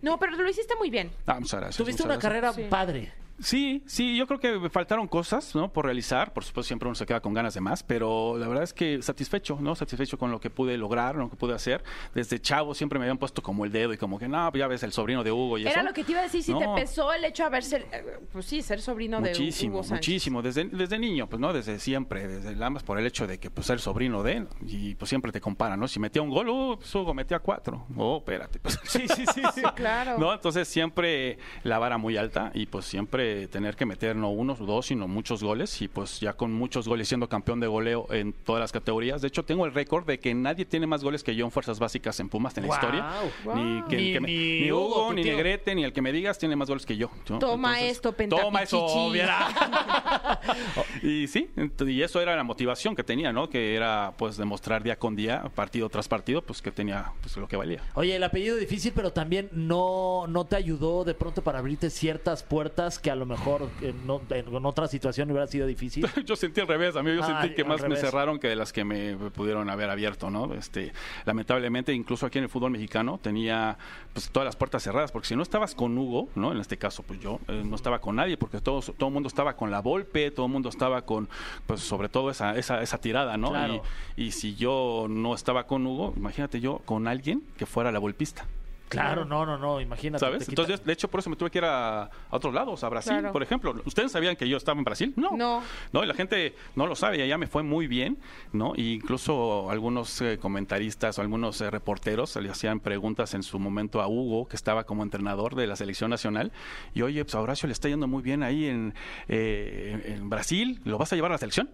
Speaker 1: No, pero lo hiciste muy bien.
Speaker 4: Ah, muchas gracias,
Speaker 2: Tuviste
Speaker 4: muchas
Speaker 2: una carrera
Speaker 4: gracias.
Speaker 1: Sí.
Speaker 2: padre.
Speaker 4: Sí, sí, yo creo que me faltaron cosas, ¿no? Por realizar. Por supuesto, siempre uno se queda con ganas de más, pero la verdad es que satisfecho, ¿no? Satisfecho con lo que pude lograr, lo que pude hacer. Desde chavo siempre me habían puesto como el dedo y como que, no, pues ya ves, el sobrino de Hugo y eso.
Speaker 1: Era lo que te iba a decir, si te
Speaker 4: No.
Speaker 1: pesó el hecho de haber ser, eh, pues sí, ser sobrino de
Speaker 4: Muchísimo,
Speaker 1: Hugo Sánchez.
Speaker 4: muchísimo. Desde, desde niño, pues, ¿no? Desde siempre, desde el ambas por el hecho de que, pues, ser sobrino de él y, pues, siempre te comparan, ¿no? Si metía un gol, uh, pues, Hugo metía cuatro. Oh, espérate. pues.
Speaker 2: Sí, sí, sí. sí.
Speaker 1: Claro.
Speaker 4: ¿No? Entonces siempre la vara muy alta y pues siempre tener que meter no unos, dos, sino muchos goles y pues ya con muchos goles siendo campeón de goleo en todas las categorías. De hecho, tengo el récord de que nadie tiene más goles que yo en fuerzas básicas en Pumas en la
Speaker 2: Guau.
Speaker 4: historia. Ni, que,
Speaker 2: Ni-
Speaker 4: que me-
Speaker 2: ni
Speaker 4: ni
Speaker 2: Hugo,
Speaker 4: Hugo,
Speaker 2: tu
Speaker 4: ni
Speaker 2: tío.
Speaker 4: Negrete, ni el que me digas tiene más goles que yo. ¿no?
Speaker 1: Toma esto,
Speaker 4: Toma eso,
Speaker 1: pentapichichi.
Speaker 4: viera. Oh, y sí, ent- y eso era la motivación que tenía, ¿no? Que era pues demostrar día con día, partido tras partido, pues que tenía pues lo que valía.
Speaker 2: Oye, el apellido difícil, pero también no, no te ayudó de pronto para abrirte ciertas puertas que a lo mejor en, no- en otra situación hubiera sido difícil.
Speaker 4: Yo sentí al revés, a mí yo
Speaker 2: Ah,
Speaker 4: sentí que
Speaker 2: al
Speaker 4: más me
Speaker 2: revés.
Speaker 4: cerraron que de las que me pudieron haber abierto, ¿no? Este, lamentablemente, incluso aquí en el fútbol mexicano tenía pues todas las puertas cerradas, porque si no estabas con Hugo, ¿no? En este caso, pues yo eh, no estaba con nadie, porque todo todo el mundo estaba con la Volpe, todo el mundo estaba con, pues sobre todo esa, esa, esa tirada, ¿no?
Speaker 2: Claro.
Speaker 4: Y, y si yo no estaba con Hugo, imagínate yo con alguien que fuera la volpista.
Speaker 2: Claro, no, no, no, imagínate. te
Speaker 4: ¿Sabes?
Speaker 2: quita-
Speaker 4: Entonces, de hecho, por eso me tuve que ir a, a otros lados, a Brasil,
Speaker 1: Claro.
Speaker 4: por ejemplo. ¿Ustedes sabían que yo estaba en Brasil? No.
Speaker 1: No.
Speaker 4: No, y la gente no lo sabe, y allá me fue muy bien, ¿no? E incluso algunos eh, comentaristas o algunos eh, reporteros le hacían preguntas en su momento a Hugo, que estaba como entrenador de la selección nacional, y oye, pues a Horacio le está yendo muy bien ahí en, eh, en- en Brasil, ¿lo vas a llevar a la selección?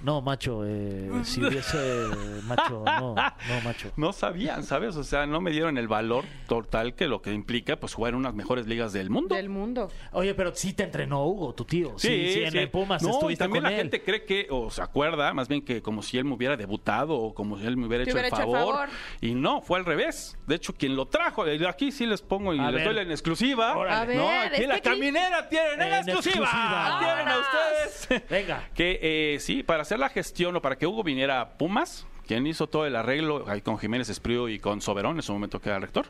Speaker 2: No, macho, eh, si hubiese macho, no, no, macho.
Speaker 4: No sabían, ¿sabes? O sea, no me dieron el valor total que lo que implica pues jugar en unas mejores ligas del mundo.
Speaker 1: del mundo.
Speaker 2: Oye, pero sí te entrenó Hugo, tu tío. Sí, sí, en el Pumas
Speaker 4: No, y
Speaker 2: estuviste
Speaker 4: también
Speaker 2: con
Speaker 4: la
Speaker 2: él.
Speaker 4: gente cree que, o se acuerda, más bien que como si él me hubiera debutado o como si él me hubiera,
Speaker 1: Te
Speaker 4: hecho,
Speaker 1: hubiera
Speaker 4: el
Speaker 1: hecho el
Speaker 4: favor,
Speaker 1: favor.
Speaker 4: Y no, fue al revés. De hecho, quien lo trajo, y aquí sí les pongo y
Speaker 2: A
Speaker 4: les
Speaker 2: ver.
Speaker 4: doy la en exclusiva.
Speaker 2: Órale.
Speaker 1: A ver,
Speaker 4: no, aquí
Speaker 1: es
Speaker 4: la
Speaker 1: que Cris-
Speaker 4: caminera tienen en
Speaker 2: En
Speaker 4: exclusiva.
Speaker 2: exclusiva.
Speaker 4: Tienen a
Speaker 1: ¡Vámonos!
Speaker 4: ustedes.
Speaker 2: Venga.
Speaker 4: Que eh, sí, para hacer la gestión o para que Hugo viniera a Pumas, quien hizo todo el arreglo ahí con Jiménez Espriu y con Soberón en su momento que era rector,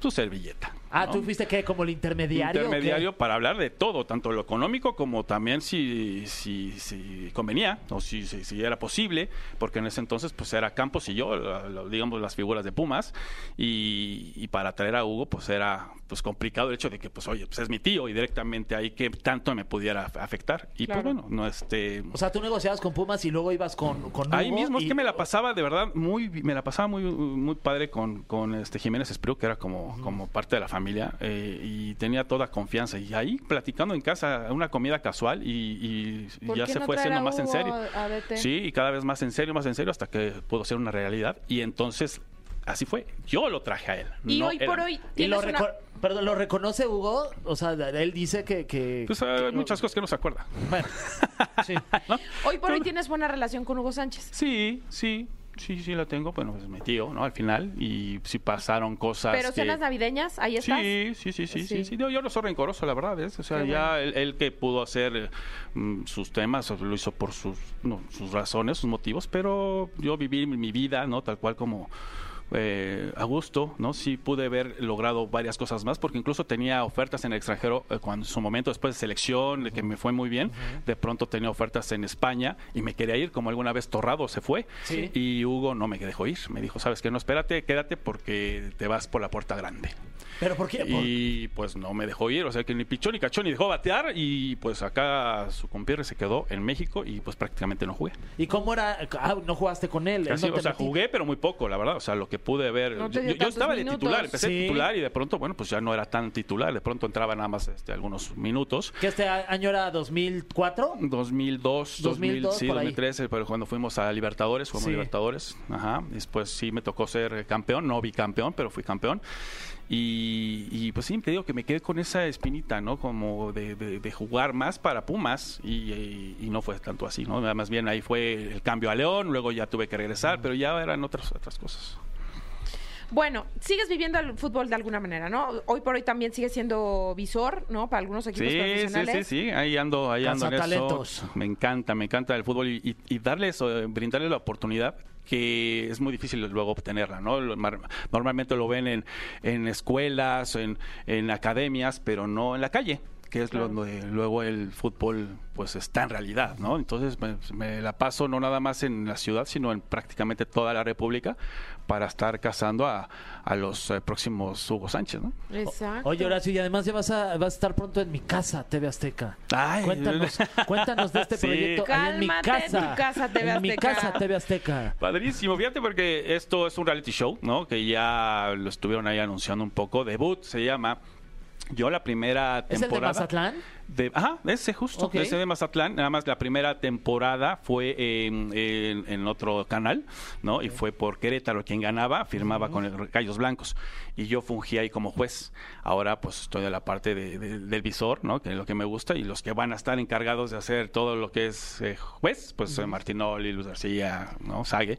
Speaker 4: su servilleta.
Speaker 2: Ah,
Speaker 4: ¿no?
Speaker 2: tú fuiste que como el intermediario. o qué?
Speaker 4: intermediario para hablar de todo, tanto lo económico como también si, si, si convenía o si, si, si era posible, porque en ese entonces pues era Campos y yo, la- la- digamos las figuras de Pumas, y, y para traer a Hugo pues era pues complicado el hecho de que pues oye, pues es mi tío y directamente ahí que tanto me pudiera af- afectar. Y
Speaker 1: Claro.
Speaker 4: pues bueno, no este...
Speaker 2: O sea, tú negociabas con Pumas y luego ibas con, con Hugo.
Speaker 4: Ahí mismo es
Speaker 2: y-
Speaker 4: que me la pasaba de verdad muy bi- me la pasaba muy muy padre con, con este Jiménez Espriu que era como, como parte de la familia eh, y tenía toda confianza y ahí platicando en casa una comida casual y, y- y
Speaker 1: ¿Por
Speaker 4: ya
Speaker 1: qué
Speaker 4: se
Speaker 1: no
Speaker 4: fue
Speaker 1: traer
Speaker 4: haciendo
Speaker 1: a
Speaker 4: más en
Speaker 1: Hugo
Speaker 4: serio.
Speaker 1: a- a DT?
Speaker 4: Sí, y cada vez más en serio, más en serio hasta que pudo ser una realidad y entonces así fue. Yo lo traje a él.
Speaker 1: Y
Speaker 4: no
Speaker 1: hoy por
Speaker 4: él.
Speaker 1: hoy
Speaker 2: y
Speaker 1: tienes
Speaker 2: lo,
Speaker 1: una...
Speaker 2: reco- perdón, ¿lo reconoce Hugo? O sea, él dice que... que-
Speaker 4: Pues, hay muchas cosas que no se acuerda.
Speaker 2: Bueno, sí.
Speaker 1: Hoy por hoy tienes buena relación con Hugo Sánchez.
Speaker 4: Sí, sí. Sí, sí la tengo, bueno, pues mi tío, ¿no? Al final, y sí pasaron cosas
Speaker 1: Pero
Speaker 4: que-
Speaker 1: cenas navideñas, ahí estás.
Speaker 4: Sí, sí, sí, sí,
Speaker 1: Sí.
Speaker 4: sí. sí. No, yo no soy rencoroso, la verdad, ¿ves? O sea,
Speaker 1: Qué
Speaker 4: ya él, él que pudo hacer eh, mm, sus temas, o lo hizo por sus, no, sus razones, sus motivos, pero yo viví mi mi vida, ¿no? Tal cual como... eh, a gusto, ¿no? Sí pude haber logrado varias cosas más, porque incluso tenía ofertas en el extranjero eh, cuando en su momento después de selección, de que me fue muy bien, de pronto tenía ofertas en España y me quería ir, como alguna vez Torrado se fue,
Speaker 2: Sí.
Speaker 4: y Hugo no me dejó ir, me dijo, sabes que no, espérate, quédate porque te vas por la puerta grande.
Speaker 2: ¿Pero por qué? Por-
Speaker 4: Y pues no me dejó ir, o sea que ni pichón ni cachón ni dejó batear y pues acá su compierre se quedó en México y pues prácticamente no jugué.
Speaker 2: ¿Y cómo era? Ah, no jugaste con él. él
Speaker 4: Casi,
Speaker 2: no te
Speaker 4: o sea,
Speaker 2: metí.
Speaker 4: jugué pero muy poco, la verdad, o sea, lo que pude ver.
Speaker 1: No te
Speaker 4: yo,
Speaker 1: dio
Speaker 4: yo
Speaker 1: tantos
Speaker 4: estaba de
Speaker 1: minutos.
Speaker 4: titular, empecé
Speaker 2: Sí.
Speaker 4: de titular y de pronto, bueno, pues ya no era tan titular, de pronto entraba nada más este, algunos minutos.
Speaker 2: ¿Que este año era 2004? 2002,
Speaker 4: 2002, 2000, sí,
Speaker 2: por ahí.
Speaker 4: 2013, pero cuando fuimos a Libertadores, fuimos
Speaker 2: Sí.
Speaker 4: a Libertadores, ajá, después sí me tocó ser eh, campeón, no bicampeón, pero fui campeón. Y, y, pues sí, te digo que me quedé con esa espinita, ¿no? Como de, de- de jugar más para Pumas y, y- y no fue tanto así, ¿no? Más bien ahí fue el cambio a León, luego ya tuve que regresar, pero ya eran otras, otras cosas.
Speaker 1: Bueno, sigues viviendo el fútbol de alguna manera, ¿no? Hoy por hoy también sigues siendo visor, ¿no? Para algunos equipos
Speaker 4: Sí, sí,
Speaker 1: profesionales.
Speaker 4: sí, sí, ahí ando, ahí ando en
Speaker 2: Cazatalentos.
Speaker 4: eso. Me encanta, me encanta el fútbol y, y, y darles, eh, brindarles la oportunidad que es muy difícil luego obtenerla, ¿no? Lo- mar- Normalmente lo ven en, en escuelas, en, en academias, pero no en la calle que es lo donde luego el fútbol pues está en realidad, ¿no? Entonces pues, me la paso no nada más en la ciudad, sino en prácticamente toda la República para estar cazando a, a los eh, próximos Hugo Sánchez, ¿no?
Speaker 1: Exacto.
Speaker 2: Oye, Horacio, y además ya vas a, vas a estar pronto en mi casa, TV Azteca.
Speaker 4: Ay.
Speaker 2: cuéntanos, cuéntanos de este
Speaker 4: Sí.
Speaker 2: proyecto. ahí en mi
Speaker 1: Cálmate,
Speaker 2: casa.
Speaker 1: tu casa, TV
Speaker 2: En mi
Speaker 1: Azteca.
Speaker 2: casa, TV Azteca.
Speaker 4: Padrísimo, fíjate porque esto es un reality show, ¿no? Que ya lo estuvieron ahí anunciando un poco. Debut se llama. Yo la primera
Speaker 2: ¿Es el de
Speaker 4: temporada.
Speaker 2: Mazatlán?
Speaker 4: de- ajá, ese justo,
Speaker 2: Ok.
Speaker 4: ese de Mazatlán. Nada más la primera temporada fue en, en- en otro canal, ¿no? Y fue por Querétaro quien ganaba, firmaba con el Gallos Blancos. Y yo fungí ahí como juez. Ahora pues estoy de la parte de- de- del visor, ¿no? Que es lo que me gusta. Y los que van a estar encargados de hacer todo lo que es eh, juez, pues eh, Martinoli, Luz García, ¿no? Sague.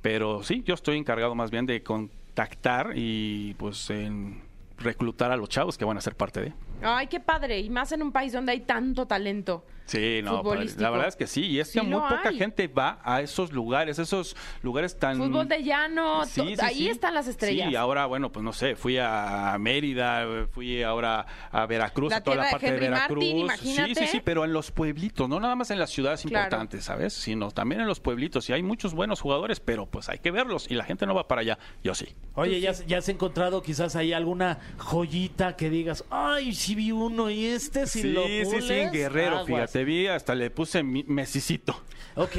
Speaker 4: Pero sí, yo estoy encargado más bien de contactar y pues en reclutar a los chavos que van a ser parte de.
Speaker 1: Ay, qué padre. Y más en un país donde hay tanto talento.
Speaker 4: Sí, no, pero
Speaker 1: futbolístico.
Speaker 4: la verdad es que sí, y es
Speaker 1: Sí
Speaker 4: que muy
Speaker 1: lo
Speaker 4: poca
Speaker 1: hay.
Speaker 4: gente va a esos lugares, esos lugares tan...
Speaker 1: Fútbol de llano,
Speaker 4: Sí,
Speaker 1: to-
Speaker 4: sí,
Speaker 1: ahí
Speaker 4: sí.
Speaker 1: están las estrellas.
Speaker 4: Sí, ahora, bueno, pues no sé, fui a Mérida, fui ahora a Veracruz,
Speaker 1: La
Speaker 4: a toda la
Speaker 1: tierra de
Speaker 4: parte de,
Speaker 1: Henry
Speaker 4: Veracruz.
Speaker 1: Martin,
Speaker 4: sí,
Speaker 1: imagínate.
Speaker 4: sí, sí, pero en los pueblitos, no nada más en las ciudades
Speaker 1: Claro.
Speaker 4: importantes, ¿sabes? Sino también en los pueblitos, y hay muchos buenos jugadores, pero pues hay que verlos, y la gente no va para allá, yo Pues sí.
Speaker 2: Oye, ¿ya, has- ¿ya has encontrado quizás ahí alguna joyita que digas, ay, sí vi uno y este, si
Speaker 4: sí,
Speaker 2: lo
Speaker 4: sí, sí,
Speaker 2: pules,
Speaker 4: guerrero,
Speaker 2: aguas.
Speaker 4: fíjate, vi, hasta le puse mi- mesicito.
Speaker 2: Ok.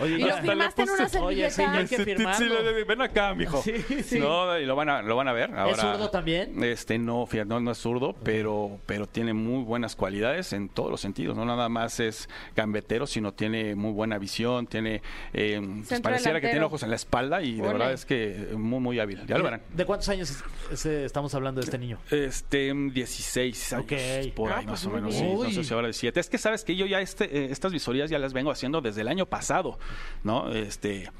Speaker 2: Oye,
Speaker 1: Y lo
Speaker 2: ya-
Speaker 1: firmaste en una
Speaker 2: Oye, sí, ya
Speaker 1: servilleta.
Speaker 2: hay que
Speaker 4: Sí, sí,
Speaker 2: firmarlo.
Speaker 4: le- le- ven acá, mijo.
Speaker 2: Sí, sí.
Speaker 4: No, y lo van a, lo van a ver. Ahora,
Speaker 2: zurdo también?
Speaker 4: Este, no, fíjate, no, no es zurdo, pero, pero tiene muy buenas cualidades en todos los sentidos. No nada más es gambetero, sino tiene muy buena visión, tiene, eh, pues,
Speaker 1: Centro
Speaker 4: pareciera que
Speaker 1: delantero.
Speaker 4: tiene ojos en la espalda y de
Speaker 1: Ole.
Speaker 4: verdad es que muy, muy hábil. Ya lo verán.
Speaker 2: ¿De cuántos años es- es- eh, estamos hablando de este niño?
Speaker 4: Este, 16 años,
Speaker 2: Ok.
Speaker 4: por
Speaker 2: Ah, pues
Speaker 4: ahí más o
Speaker 2: muy
Speaker 4: menos, sí,
Speaker 2: bien.
Speaker 4: no
Speaker 2: Uy.
Speaker 4: sé si ahora de 7. Es que sabes que yo ya este, eh, estas visorías ya las vengo haciendo desde el año pasado, ¿no? Este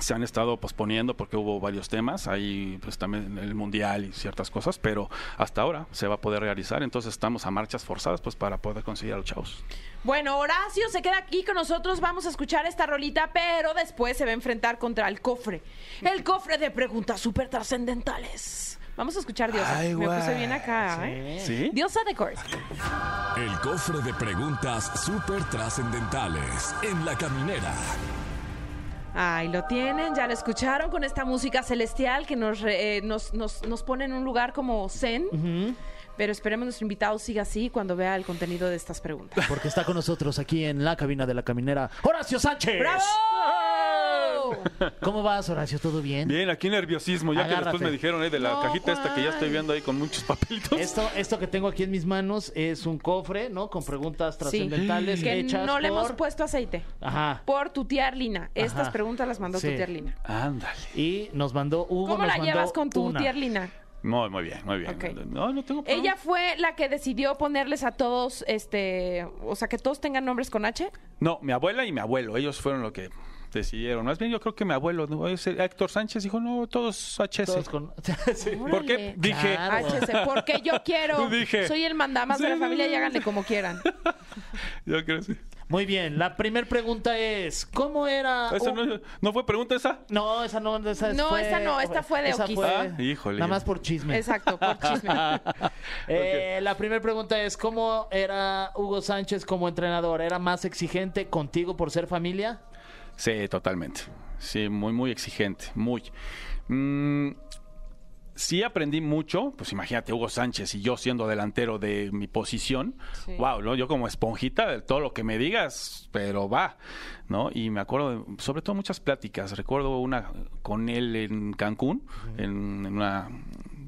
Speaker 4: se han estado posponiendo porque hubo varios temas, ahí pues también el mundial y ciertas cosas, pero hasta ahora se va a poder realizar, entonces estamos a marchas forzadas pues para poder conseguir a los chavos.
Speaker 1: Bueno, Horacio se queda aquí con nosotros. Vamos a escuchar esta rolita, pero después se va a enfrentar contra el cofre. El cofre de preguntas súper trascendentales. Vamos a escuchar Diosa.
Speaker 4: Ay,
Speaker 1: Me
Speaker 4: guau,
Speaker 1: puse bien acá, ¿eh?
Speaker 4: ¿Sí?
Speaker 1: Diosa de Course.
Speaker 5: El cofre de preguntas súper trascendentales en la caminera.
Speaker 1: Ahí lo tienen, ya lo escucharon con esta música celestial que nos, re- eh, nos, nos- nos pone en un lugar como zen. Pero esperemos nuestro invitado siga así cuando vea el contenido de estas preguntas.
Speaker 2: Porque está con nosotros aquí en la cabina de la caminera, Horacio Sánchez.
Speaker 1: ¡Bravo!
Speaker 2: ¿Cómo vas, Horacio? ¿Todo bien?
Speaker 4: Bien, aquí nerviosismo, ya que después
Speaker 2: Agárrate.
Speaker 4: me dijeron ahí de la
Speaker 1: No,
Speaker 4: cajita esta que ya estoy
Speaker 1: Juan.
Speaker 4: viendo ahí con muchos papelitos.
Speaker 2: Esto, esto que tengo aquí en mis manos es un cofre, ¿no? Con preguntas trascendentales
Speaker 1: que
Speaker 2: hechas
Speaker 1: no le
Speaker 2: por-
Speaker 1: hemos puesto aceite.
Speaker 2: Ajá.
Speaker 1: Por tutear Lina. Estas
Speaker 2: Ajá.
Speaker 1: preguntas las mandó
Speaker 2: Sí.
Speaker 1: tu tía Lina.
Speaker 4: Ándale.
Speaker 2: Y nos mandó Hugo.
Speaker 1: ¿Cómo
Speaker 2: nos
Speaker 1: la
Speaker 2: mandó
Speaker 1: llevas con tu
Speaker 2: una.
Speaker 1: tía Lina?
Speaker 4: Muy, muy bien, muy bien.
Speaker 1: Ok. Eh,
Speaker 4: No, no tengo problema.
Speaker 1: Ella fue la que decidió ponerles a todos, este, o sea, que todos tengan nombres con H.
Speaker 4: No, mi abuela y mi abuelo, ellos fueron lo que decidieron. Más bien yo creo que mi abuelo, ¿no? Ese Héctor Sánchez dijo, no, todos HS.
Speaker 2: Todos con... Sí.
Speaker 4: ¿Por qué?
Speaker 1: Órale.
Speaker 4: Dije,
Speaker 2: Claro.
Speaker 1: HC, porque yo quiero.
Speaker 4: Dije.
Speaker 1: Soy el mandamás de
Speaker 4: Sí,
Speaker 1: la
Speaker 4: sí,
Speaker 1: familia
Speaker 4: sí.
Speaker 1: y háganle como quieran.
Speaker 4: yo creo que sí.
Speaker 2: Muy bien, la primera pregunta es, ¿cómo era...
Speaker 4: Esa
Speaker 2: un-
Speaker 4: no, no fue pregunta esa?
Speaker 2: No, esa no, esa
Speaker 1: No,
Speaker 2: fue-
Speaker 1: esa no, esta fue de
Speaker 2: esa
Speaker 1: Oquis.
Speaker 4: Ah, híjole.
Speaker 2: Nada más por chisme.
Speaker 1: Exacto, por chisme.
Speaker 2: Eh, La primera pregunta es, ¿cómo era Hugo Sánchez como entrenador? ¿Era más exigente contigo por ser familia?
Speaker 4: Sí, totalmente. Sí, muy, muy exigente, muy. Mm, sí aprendí mucho, pues imagínate Hugo Sánchez y yo siendo delantero de mi posición,
Speaker 1: Sí.
Speaker 4: wow, ¿no? yo como esponjita de todo lo que me digas, pero va, ¿no? Y me acuerdo, de- sobre todo muchas pláticas, recuerdo una con él en Cancún, en, en una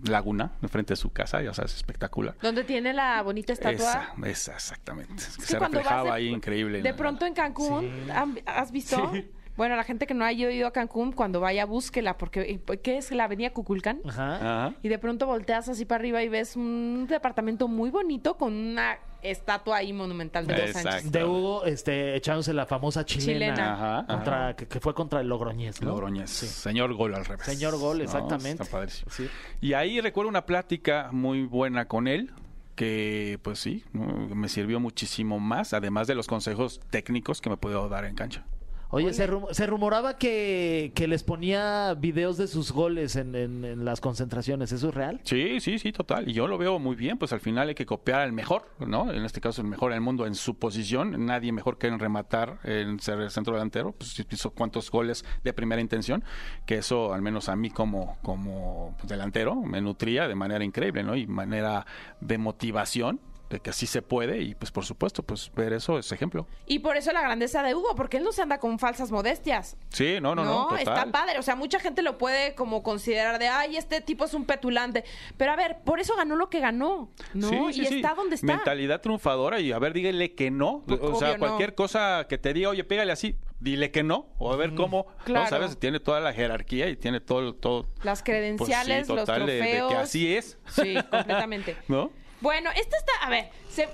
Speaker 4: laguna, enfrente de su casa, ya sabes, espectacular.
Speaker 1: Donde tiene la bonita
Speaker 4: Esa,
Speaker 1: estatua.
Speaker 4: esa, exactamente.
Speaker 1: Es que
Speaker 4: se
Speaker 1: cuando vas
Speaker 4: reflejaba
Speaker 1: de-
Speaker 4: ahí increíble. en
Speaker 1: De
Speaker 4: la-
Speaker 1: pronto en Cancún, ¿han- ¿has visto? Bueno, la gente que no haya ido a Cancún, cuando vaya, búsquela, porque eh, pues, ¿qué es la avenida Cuculcán?
Speaker 2: Ajá.
Speaker 4: Ajá.
Speaker 1: Y de pronto volteas así para arriba y ves un departamento muy bonito con una estatua ahí monumental de Hugo
Speaker 4: Exacto.
Speaker 1: Sánchez.
Speaker 2: De Hugo este, echándose la famosa chilena.
Speaker 1: Chilena.
Speaker 4: Ajá, ajá.
Speaker 2: Contra, que, que fue contra el Logroñez. ¿no?
Speaker 4: Logroñez.
Speaker 2: Sí.
Speaker 4: Señor Gol al revés.
Speaker 2: Señor Gol,
Speaker 4: No,
Speaker 2: exactamente.
Speaker 4: está padrísimo.
Speaker 2: Sí.
Speaker 4: Y ahí recuerdo una plática muy buena con él que pues sí, ¿no? me sirvió muchísimo más, además de los consejos técnicos que me pudo dar en cancha.
Speaker 2: Oye, se, rum- se rumoraba que, que les ponía videos de sus goles en, en- en las concentraciones. ¿Eso es real?
Speaker 4: Sí, sí, sí, total. Y yo lo veo muy bien, pues al final hay que copiar al mejor, ¿no? En este caso el mejor del mundo en su posición, nadie mejor que en rematar, en ser el centro delantero, pues sí, hizo cuantos goles de primera intención, que eso al menos a mí como, como pues, delantero me nutría de manera increíble, ¿no? Y manera de motivación de que así se puede y pues por supuesto, pues ver eso es ejemplo.
Speaker 1: Y por eso la grandeza de Hugo, porque él no se anda con falsas modestias.
Speaker 4: Sí, no, no, no, total.
Speaker 1: está padre. O sea, mucha gente lo puede como considerar de, ay, este tipo es un petulante. Pero a ver, por eso ganó lo que ganó, ¿no?
Speaker 4: Sí, sí,
Speaker 1: y
Speaker 4: sí.
Speaker 1: está donde está. Pues,
Speaker 4: Mentalidad triunfadora y a ver, dígale que no. O
Speaker 1: Obvio,
Speaker 4: sea,
Speaker 1: no.
Speaker 4: cualquier cosa que te diga, oye, pégale así, dile que no. O a ver cómo.
Speaker 1: claro.
Speaker 4: No sabes, tiene toda la jerarquía y tiene todo. todo
Speaker 1: Las
Speaker 4: pues, sí,
Speaker 1: credenciales, los
Speaker 4: total, de- de
Speaker 1: trofeos.
Speaker 4: que así es.
Speaker 1: Sí, completamente.
Speaker 4: ¿No?
Speaker 1: Bueno, esta está, a ver, se,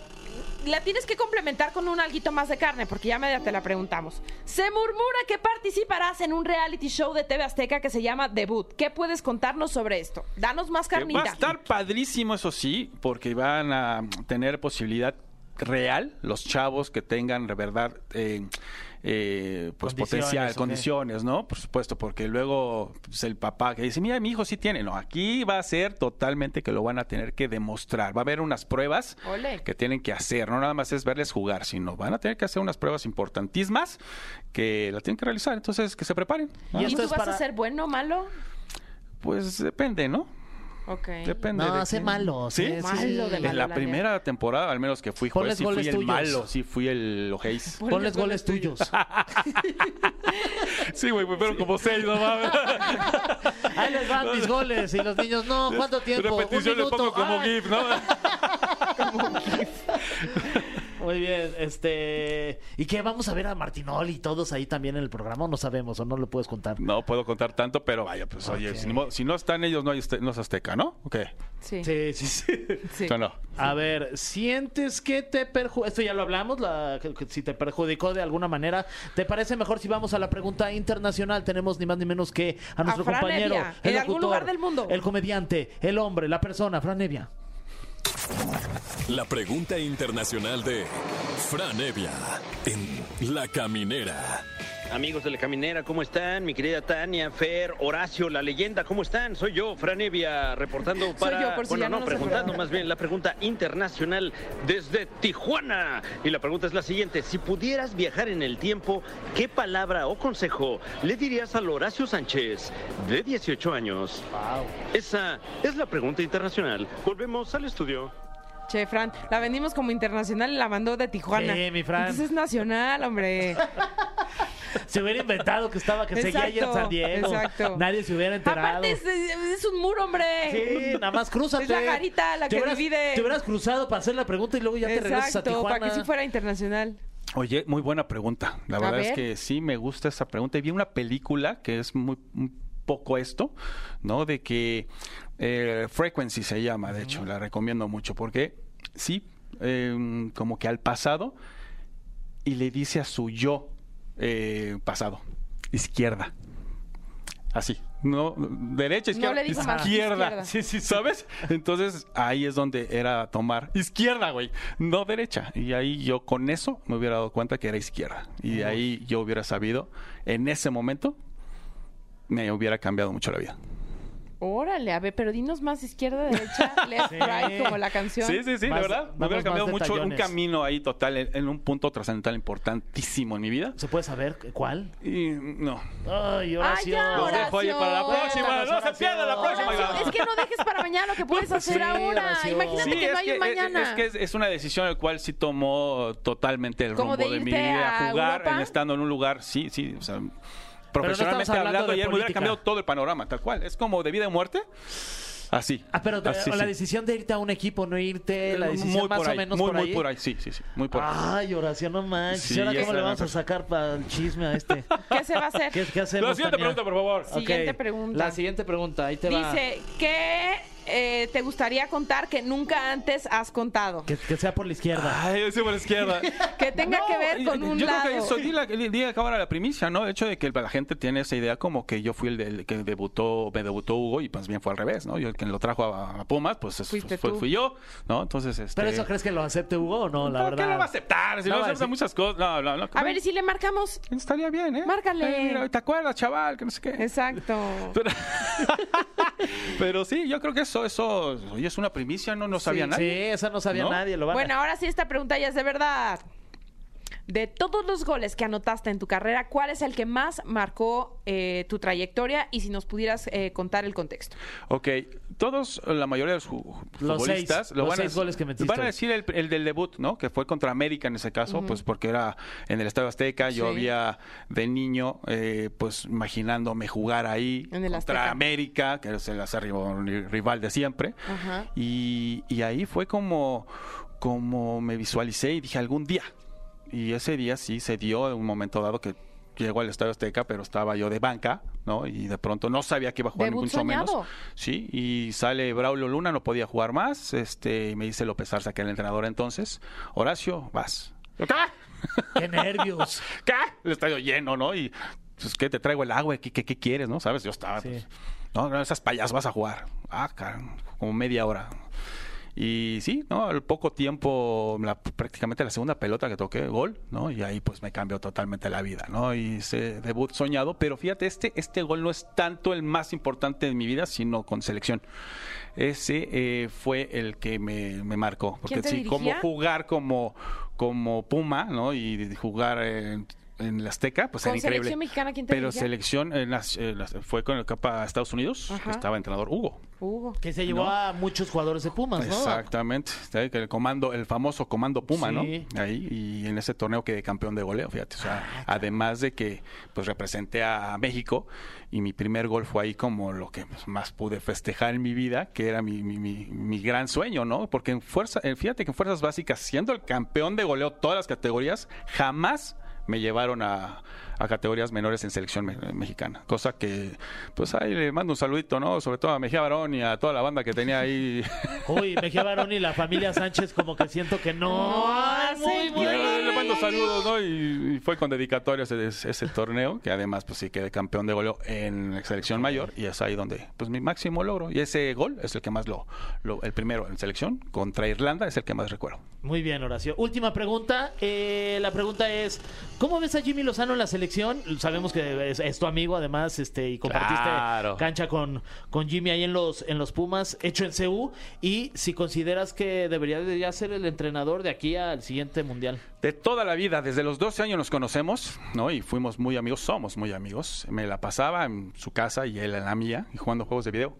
Speaker 1: la tienes que complementar con un alguito más de carne, porque ya media te la preguntamos. Se murmura que participarás en un reality show de TV Azteca que se llama Debut. ¿Qué puedes contarnos sobre esto? Danos más
Speaker 4: Que
Speaker 1: carnita.
Speaker 4: Va a estar padrísimo, eso sí, porque van a tener posibilidad real los chavos que tengan de verdad eh, eh, pues
Speaker 2: Condiciones,
Speaker 4: potencial,
Speaker 2: ¿o qué?
Speaker 4: condiciones, ¿no? Por supuesto, porque luego pues, el papá que dice, mira, mi hijo sí tiene, no, aquí va a ser totalmente que lo van a tener que demostrar, va a haber unas pruebas
Speaker 1: Ole.
Speaker 4: que tienen que hacer, no nada más es verles jugar, sino van a tener que hacer unas pruebas importantísimas que la tienen que realizar, entonces que se preparen. ¿no?
Speaker 2: Y
Speaker 1: ¿Y
Speaker 2: esto
Speaker 1: tú
Speaker 2: es
Speaker 1: vas
Speaker 2: para-
Speaker 1: a ser bueno o malo?
Speaker 4: Pues depende, ¿no?
Speaker 1: Ok.
Speaker 4: Depende.
Speaker 2: No,
Speaker 4: de
Speaker 2: sé
Speaker 4: quién.
Speaker 2: malo.
Speaker 4: ¿Sí?
Speaker 2: sé-
Speaker 1: Malo
Speaker 2: sí.
Speaker 1: de
Speaker 4: En la
Speaker 1: Malolania.
Speaker 4: primera temporada, al menos que fui
Speaker 2: Ponles
Speaker 4: juez, sí fui
Speaker 2: goles
Speaker 4: el
Speaker 2: tuyos.
Speaker 4: malo, sí fui el ojeis.
Speaker 2: Ponles goles tuyos.
Speaker 4: Sí, güey, güey, pero como seis, no mames.
Speaker 2: Ahí les van mis goles. Y los niños, no, ¿cuánto tiempo?
Speaker 4: Repetición
Speaker 2: Un
Speaker 4: le pongo
Speaker 2: minuto.
Speaker 4: como
Speaker 2: Ay.
Speaker 4: GIF, ¿no?
Speaker 2: Muy bien, este. ¿Y qué? ¿Vamos a ver a Martinol y todos ahí también en el programa? ¿O no sabemos o no lo puedes contar?
Speaker 4: No puedo contar tanto, pero vaya, pues oye, si, ni modo- si no están ellos, no, hay, azte- no es azteca, ¿no? ¿O qué?
Speaker 1: Sí.
Speaker 2: Sí, sí, sí.
Speaker 1: sí.
Speaker 4: O no?
Speaker 2: A ver, ¿sientes que te perjudicó? Esto ya lo hablamos, la- que- que si te perjudicó de alguna manera. ¿Te parece mejor si vamos a la pregunta internacional? Tenemos ni más ni menos que a nuestro
Speaker 1: Fran
Speaker 2: compañero,
Speaker 1: Evia,
Speaker 2: el
Speaker 1: en algún
Speaker 2: locutor,
Speaker 1: lugar del mundo.
Speaker 2: el comediante, el hombre, la persona, Fran Evia.
Speaker 5: La pregunta internacional de Fran Evia en La Caminera.
Speaker 6: Amigos de la caminera, ¿cómo están? Mi querida Tania, Fer, Horacio, la leyenda, ¿cómo están? Soy yo, Franevia, reportando para.
Speaker 1: yo, por si
Speaker 6: bueno,
Speaker 1: ya no
Speaker 6: no,
Speaker 1: nos
Speaker 6: preguntando
Speaker 1: acordamos.
Speaker 6: más bien la pregunta internacional desde Tijuana. Y la pregunta es la siguiente: si pudieras viajar en el tiempo, ¿qué palabra o consejo le dirías al Horacio Sánchez, de 18 años? Esa es la pregunta internacional. Volvemos al estudio.
Speaker 1: Che, Fran, la vendimos como internacional y la mandó de Tijuana.
Speaker 2: Sí, mi Fran.
Speaker 1: Entonces es nacional, hombre.
Speaker 2: Se hubiera inventado que estaba, que seguía ahí en
Speaker 1: Exacto,
Speaker 2: San Diego.
Speaker 1: exacto.
Speaker 2: Nadie se hubiera enterado.
Speaker 1: Aparte, es, es un muro, hombre.
Speaker 2: Sí, nada más cruzate.
Speaker 1: Es la garita la
Speaker 2: Te
Speaker 1: que
Speaker 2: hubieras-
Speaker 1: divide.
Speaker 2: Te hubieras cruzado para hacer la pregunta y luego ya te regresas a
Speaker 1: Exacto,
Speaker 2: Tijuana.
Speaker 1: para que sí fuera internacional.
Speaker 4: Oye, muy buena pregunta. La
Speaker 1: A
Speaker 4: verdad es
Speaker 1: ver.
Speaker 4: que sí me gusta esa pregunta. Y vi una película que es muy un poco esto, ¿no? De que eh, Frequency se llama, de hecho, la recomiendo mucho porque sí, eh, como que al pasado y le dice a su yo eh, pasado, izquierda. Así, no, derecha,
Speaker 1: No
Speaker 4: izquierda,
Speaker 1: le dijo más,
Speaker 4: izquierda.
Speaker 1: izquierda.
Speaker 4: Sí, sí, ¿sabes? Entonces ahí es donde era tomar izquierda, güey, no derecha. Y ahí yo con eso me hubiera dado cuenta que era izquierda. Y de ahí yo hubiera sabido, en ese momento, me hubiera cambiado mucho la vida.
Speaker 1: Órale, a ver, pero dinos más izquierda, derecha, left,
Speaker 2: Sí.
Speaker 1: right, como la canción.
Speaker 4: Sí, sí, sí, la
Speaker 2: Más-
Speaker 4: verdad. Me
Speaker 2: vamos
Speaker 4: hubiera
Speaker 2: más
Speaker 4: cambiado mucho un
Speaker 2: detallones.
Speaker 4: camino ahí total, en, en un punto trascendental importantísimo en mi vida.
Speaker 2: ¿Se puede saber cuál?
Speaker 4: Y no.
Speaker 2: Ay, Horacio.
Speaker 1: Ah, ya,
Speaker 4: Los dejo ahí para la
Speaker 1: Horacio.
Speaker 4: próxima. No se
Speaker 2: Cuéntanos,
Speaker 4: pierda la
Speaker 2: Horacio.
Speaker 4: próxima.
Speaker 1: Horacio, es que no dejes para mañana lo que puedes hacer
Speaker 2: sí,
Speaker 1: ahora.
Speaker 2: Horacio.
Speaker 1: Imagínate
Speaker 4: Sí,
Speaker 1: que no hay
Speaker 4: es
Speaker 1: un
Speaker 4: que, es-
Speaker 1: mañana.
Speaker 4: es que es- es una decisión la cual sí tomó totalmente el
Speaker 1: ¿Como
Speaker 4: rumbo
Speaker 1: de
Speaker 4: de, mi
Speaker 1: irte
Speaker 4: vida.
Speaker 1: a
Speaker 4: Jugar,
Speaker 1: Europa?
Speaker 4: en estando en un lugar, sí, sí, o sea,
Speaker 2: estamos
Speaker 4: profesionalmente
Speaker 2: hablando
Speaker 4: hablando,
Speaker 2: de
Speaker 4: ayer me hubiera
Speaker 2: política.
Speaker 4: cambiado todo el panorama, tal cual. Es como de vida o muerte, así.
Speaker 2: Ah, pero
Speaker 4: así,
Speaker 2: o la
Speaker 4: sí. Eh,
Speaker 2: decisión de irte a un equipo, no irte, la
Speaker 4: Muy
Speaker 2: decisión
Speaker 4: por
Speaker 2: más
Speaker 4: ahí,
Speaker 2: o menos
Speaker 4: muy,
Speaker 2: por
Speaker 4: muy
Speaker 2: ahí. Ah,
Speaker 4: por ahí, sí, sí, sí, muy por ahí.
Speaker 2: Ay, Horacio, no manches.
Speaker 4: Sí,
Speaker 2: ¿Y ahora
Speaker 4: esa
Speaker 2: cómo
Speaker 4: es
Speaker 2: le
Speaker 4: la
Speaker 2: vamos a
Speaker 4: cosa.
Speaker 2: sacar para el chisme a este?
Speaker 1: ¿Qué se va a hacer?
Speaker 2: ¿Qué, qué hacemos,
Speaker 4: La siguiente
Speaker 2: Tania?
Speaker 4: pregunta, por favor.
Speaker 2: Ok,
Speaker 1: Siguiente pregunta.
Speaker 2: La siguiente pregunta, ahí te va.
Speaker 1: Dice, ¿qué eh, te gustaría contar que nunca antes has contado?
Speaker 2: Que, que sea por la izquierda.
Speaker 4: Ay, yo soy por la izquierda.
Speaker 1: Que tenga que ver con un
Speaker 4: yo
Speaker 1: lado.
Speaker 4: creo que eso, di, la, di- di acá ahora la primicia, ¿no? El hecho de que la gente tiene esa idea como que yo fui el, del- que debutó, me debutó Hugo y pues bien fue al revés, ¿no? Yo el que lo trajo a, a Pumas, pues es-
Speaker 1: Fuiste
Speaker 4: fue-
Speaker 1: tú.
Speaker 4: fui yo, ¿no? Entonces, este...
Speaker 2: ¿Pero eso crees que lo acepte Hugo o no? La
Speaker 4: ¿Por
Speaker 2: verdad.
Speaker 4: qué lo va a aceptar? Si
Speaker 2: No
Speaker 4: no,
Speaker 2: va a
Speaker 4: acepta
Speaker 2: decir-
Speaker 4: muchas cosas. No, no, no.
Speaker 1: A ver, ¿y si le marcamos?
Speaker 4: Estaría bien, ¿eh?
Speaker 1: Márcale.
Speaker 4: Eh, mira, ¿Te acuerdas, chaval? Que no sé qué.
Speaker 1: Exacto.
Speaker 4: Pero, pero sí, yo creo que eso, eso, oye, es una primicia, no, no sabía
Speaker 2: Sí,
Speaker 4: nadie.
Speaker 2: esa no sabía
Speaker 4: ¿No?
Speaker 2: nadie. Lo van a-
Speaker 1: Bueno, ahora sí, esta pregunta ya es de verdad. De todos los goles que anotaste en tu carrera, ¿cuál es el que más marcó eh, tu trayectoria? Y si nos pudieras eh, contar el contexto.
Speaker 4: Ok, todos, la mayoría de los ju-
Speaker 2: Los
Speaker 4: futbolistas,
Speaker 2: seis, los seis
Speaker 4: dec-
Speaker 2: goles que metiste.
Speaker 4: van a decir el, el del debut, ¿no? Que fue contra América en ese caso, pues porque era en el Estadio Azteca, yo
Speaker 1: Sí.
Speaker 4: había de niño, eh, pues imaginándome jugar ahí
Speaker 1: En el
Speaker 4: contra
Speaker 1: Azteca.
Speaker 4: América, que es el acérrimo ri- rival de siempre.
Speaker 1: Ajá.
Speaker 4: Y, y ahí fue como, como me visualicé y dije algún día. Y ese día sí se dio en un momento dado que llegó al Estadio Azteca, pero estaba yo de banca, ¿no? Y de pronto no sabía que iba a jugar ni
Speaker 1: Debut
Speaker 4: mucho
Speaker 1: soñado.
Speaker 4: menos. Sí, y sale Braulio Luna, no podía jugar más. Este, y me dice López Arza, que era el entrenador entonces. Horacio, vas. Yo, ¿Qué?
Speaker 2: Qué nervios.
Speaker 4: ¿Qué? El estadio lleno, ¿no? Y pues, ¿qué te traigo el agua? ¿Qué, qué, qué quieres? ¿No? ¿Sabes? Yo estaba.
Speaker 2: Sí.
Speaker 4: pues, no, no, esas payas vas a jugar. Ah, caramba, como media hora. Y sí, ¿no? Al poco tiempo, la- prácticamente la segunda pelota que toqué, gol, ¿no? Y ahí pues me cambió totalmente la vida, ¿no? Y ese debut soñado, pero fíjate, este, este gol no es tanto el más importante de mi vida, sino con selección. Ese eh, fue el que me, me marcó. Porque
Speaker 1: ¿Quién te
Speaker 4: sí, como
Speaker 1: dirigía?
Speaker 4: jugar como, como Puma, ¿no? Y jugar eh, en el Azteca, pues
Speaker 1: ¿Con
Speaker 4: era increíble.
Speaker 1: selección mexicana quién te
Speaker 4: Pero
Speaker 1: dirigía?
Speaker 4: selección eh, las- eh, las- fue con el capa a Estados Unidos,
Speaker 1: Ajá.
Speaker 4: estaba entrenador Hugo.
Speaker 1: Hugo.
Speaker 2: Que se llevó
Speaker 4: No.
Speaker 2: a muchos jugadores de Pumas, ¿no?
Speaker 4: Exactamente, Está ahí que el comando, el famoso comando Puma,
Speaker 2: Sí. Ah,
Speaker 4: ¿no? Ahí y en ese torneo quedé campeón de goleo, fíjate, o sea, además de que pues representé a México y mi primer gol fue ahí como lo que pues, más pude festejar en mi vida, que era mi, mi, mi- mi gran sueño, ¿no? Porque en fuerza, eh, fíjate que en fuerzas básicas, siendo el campeón de goleo todas las categorías, jamás me llevaron a, a categorías menores en selección me- mexicana. Cosa que, pues ahí le mando un saludito, ¿no? Sobre todo a Mejía Barón y a toda la banda que tenía ahí
Speaker 2: Uy, Mejía Barón y la familia Sánchez como que siento que no.
Speaker 1: No
Speaker 2: Ay,
Speaker 1: hacen
Speaker 2: muy bueno.
Speaker 4: Bueno, le mando saludos, ¿no? Y, y fue con dedicatoria ese, ese torneo, que además, pues sí, quedé campeón de goleo en selección mayor, y es ahí donde, pues mi máximo logro. Y ese gol es el que más lo, lo- el primero en selección contra Irlanda, es el que más recuerdo.
Speaker 2: Muy bien, Horacio. Última pregunta. Eh, la pregunta es, ¿cómo ves a Jimmy Lozano en la selección? Sabemos que es, es tu amigo, además, este, y compartiste
Speaker 4: Claro.
Speaker 2: cancha con, con Jimmy ahí en los, en los Pumas, hecho en CU. Y si consideras que debería, debería ser el entrenador de aquí al siguiente mundial.
Speaker 4: De toda la vida, desde los 12 años nos conocemos, ¿no? Y fuimos muy amigos, somos muy amigos. Me la pasaba en su casa y él en la mía, y jugando juegos de video.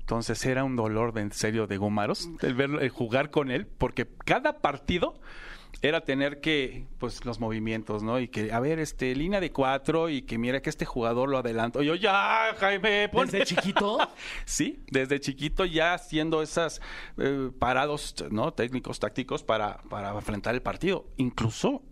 Speaker 4: Entonces era un dolor de en serio de gomaros el verlo, el jugar con él, porque cada partido era tener que, pues, los movimientos, ¿no? Y que, a ver, este, línea de cuatro y que mira que este jugador lo adelanto. Y yo, ya, Jaime, ponte.
Speaker 2: Desde chiquito.
Speaker 4: Sí, desde chiquito ya haciendo esas eh, parados ¿no? técnicos, tácticos para, para enfrentar el partido, incluso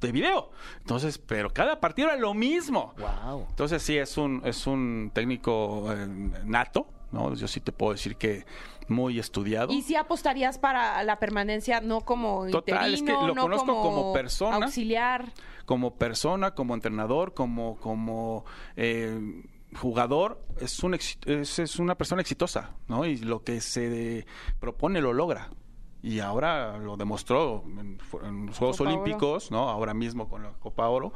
Speaker 4: de video. Entonces, pero cada partido era lo mismo.
Speaker 2: wow.
Speaker 4: Entonces sí, es un, es un técnico eh, nato, ¿no? Yo sí te puedo decir que muy estudiado.
Speaker 1: ¿Y si apostarías para la permanencia, no como
Speaker 4: Total, es que
Speaker 1: interino,
Speaker 4: lo
Speaker 1: no
Speaker 4: conozco
Speaker 1: como,
Speaker 4: como persona.
Speaker 1: auxiliar?
Speaker 4: como persona, como entrenador, como, como eh, jugador, es, un ex- es, es una persona exitosa, ¿no? Y lo que se propone lo logra. Y ahora lo demostró en, fu- en los Juegos
Speaker 1: Copa Oro.
Speaker 4: Olímpicos, ¿no? Ahora mismo con la Copa Oro.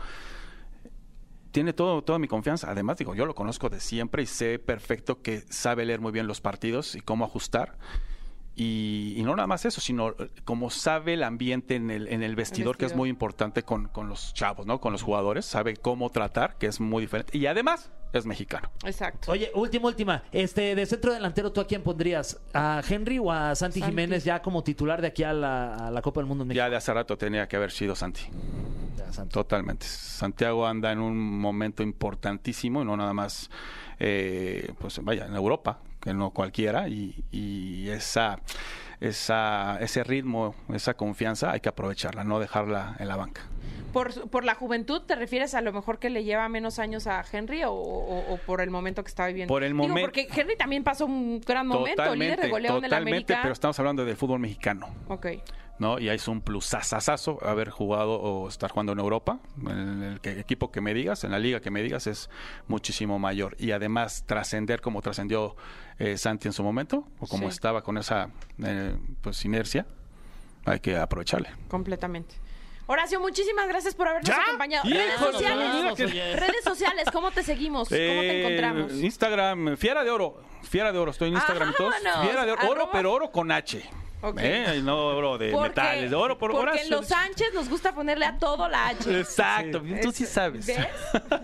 Speaker 4: Tiene todo, toda mi confianza. Además, digo, yo lo conozco de siempre y sé perfecto que sabe leer muy bien los partidos y cómo ajustar. Y, y no nada más eso, sino eh, como sabe el ambiente en el, en el vestidor, que es
Speaker 1: vestidor.
Speaker 4: muy importante con, con los chavos, ¿no? Con los jugadores, sabe cómo tratar, que es muy diferente. Y además es mexicano.
Speaker 1: Exacto.
Speaker 2: Oye, última, última. Este, de centro delantero, ¿tú a quién pondrías? ¿A Henry o a Santi,
Speaker 1: Santi.
Speaker 2: Jiménez ya como titular de aquí a la, a la Copa del Mundo en México?
Speaker 4: Ya de hace rato tenía que haber sido Santi.
Speaker 2: Ya, Santi.
Speaker 4: Totalmente. Santiago anda en un momento importantísimo y no nada más, eh, pues vaya, en Europa, que no cualquiera, y, y esa, esa, ese ritmo, esa confianza hay que aprovecharla, no dejarla en la banca.
Speaker 1: Por, su- por la juventud, ¿te refieres a lo mejor que le lleva menos años a Henry o, o- o por el momento que está viviendo?
Speaker 4: Por el
Speaker 1: Digo,
Speaker 4: momen-
Speaker 1: porque Henry también pasó un gran momento, líder de goleo del
Speaker 4: totalmente,
Speaker 1: América.
Speaker 4: pero estamos hablando del fútbol mexicano.
Speaker 1: Ok.
Speaker 4: ¿no? Y ahí es un plusazazazo haber jugado o estar jugando en Europa. En el que- equipo que me digas, en la liga que me digas, es muchísimo mayor. Y además, trascender como trascendió eh, Santi en su momento, o como
Speaker 1: Sí.
Speaker 4: estaba con esa eh, pues, inercia, hay que aprovecharle.
Speaker 1: Completamente. Horacio, muchísimas gracias por habernos acompañado. Redes
Speaker 2: Híjole,
Speaker 1: sociales,
Speaker 2: vamos, oye.
Speaker 1: redes sociales, ¿cómo te seguimos? ¿Cómo te
Speaker 4: Eh,
Speaker 1: encontramos?
Speaker 4: Instagram, Fiera de Oro. Fiera de Oro, estoy en Instagram y todo.
Speaker 1: Vámonos,
Speaker 4: Fiera de Oro,
Speaker 1: arroba-
Speaker 4: oro, pero oro con H.
Speaker 1: Ok.
Speaker 4: Eh, No oro de metales, de oro por
Speaker 1: porque
Speaker 4: Horacio.
Speaker 1: en Los Sánchez nos gusta ponerle a todo la
Speaker 2: Eh,
Speaker 1: H.
Speaker 4: Exacto, tú sí
Speaker 1: Es-
Speaker 4: sabes.
Speaker 1: ¿Ves?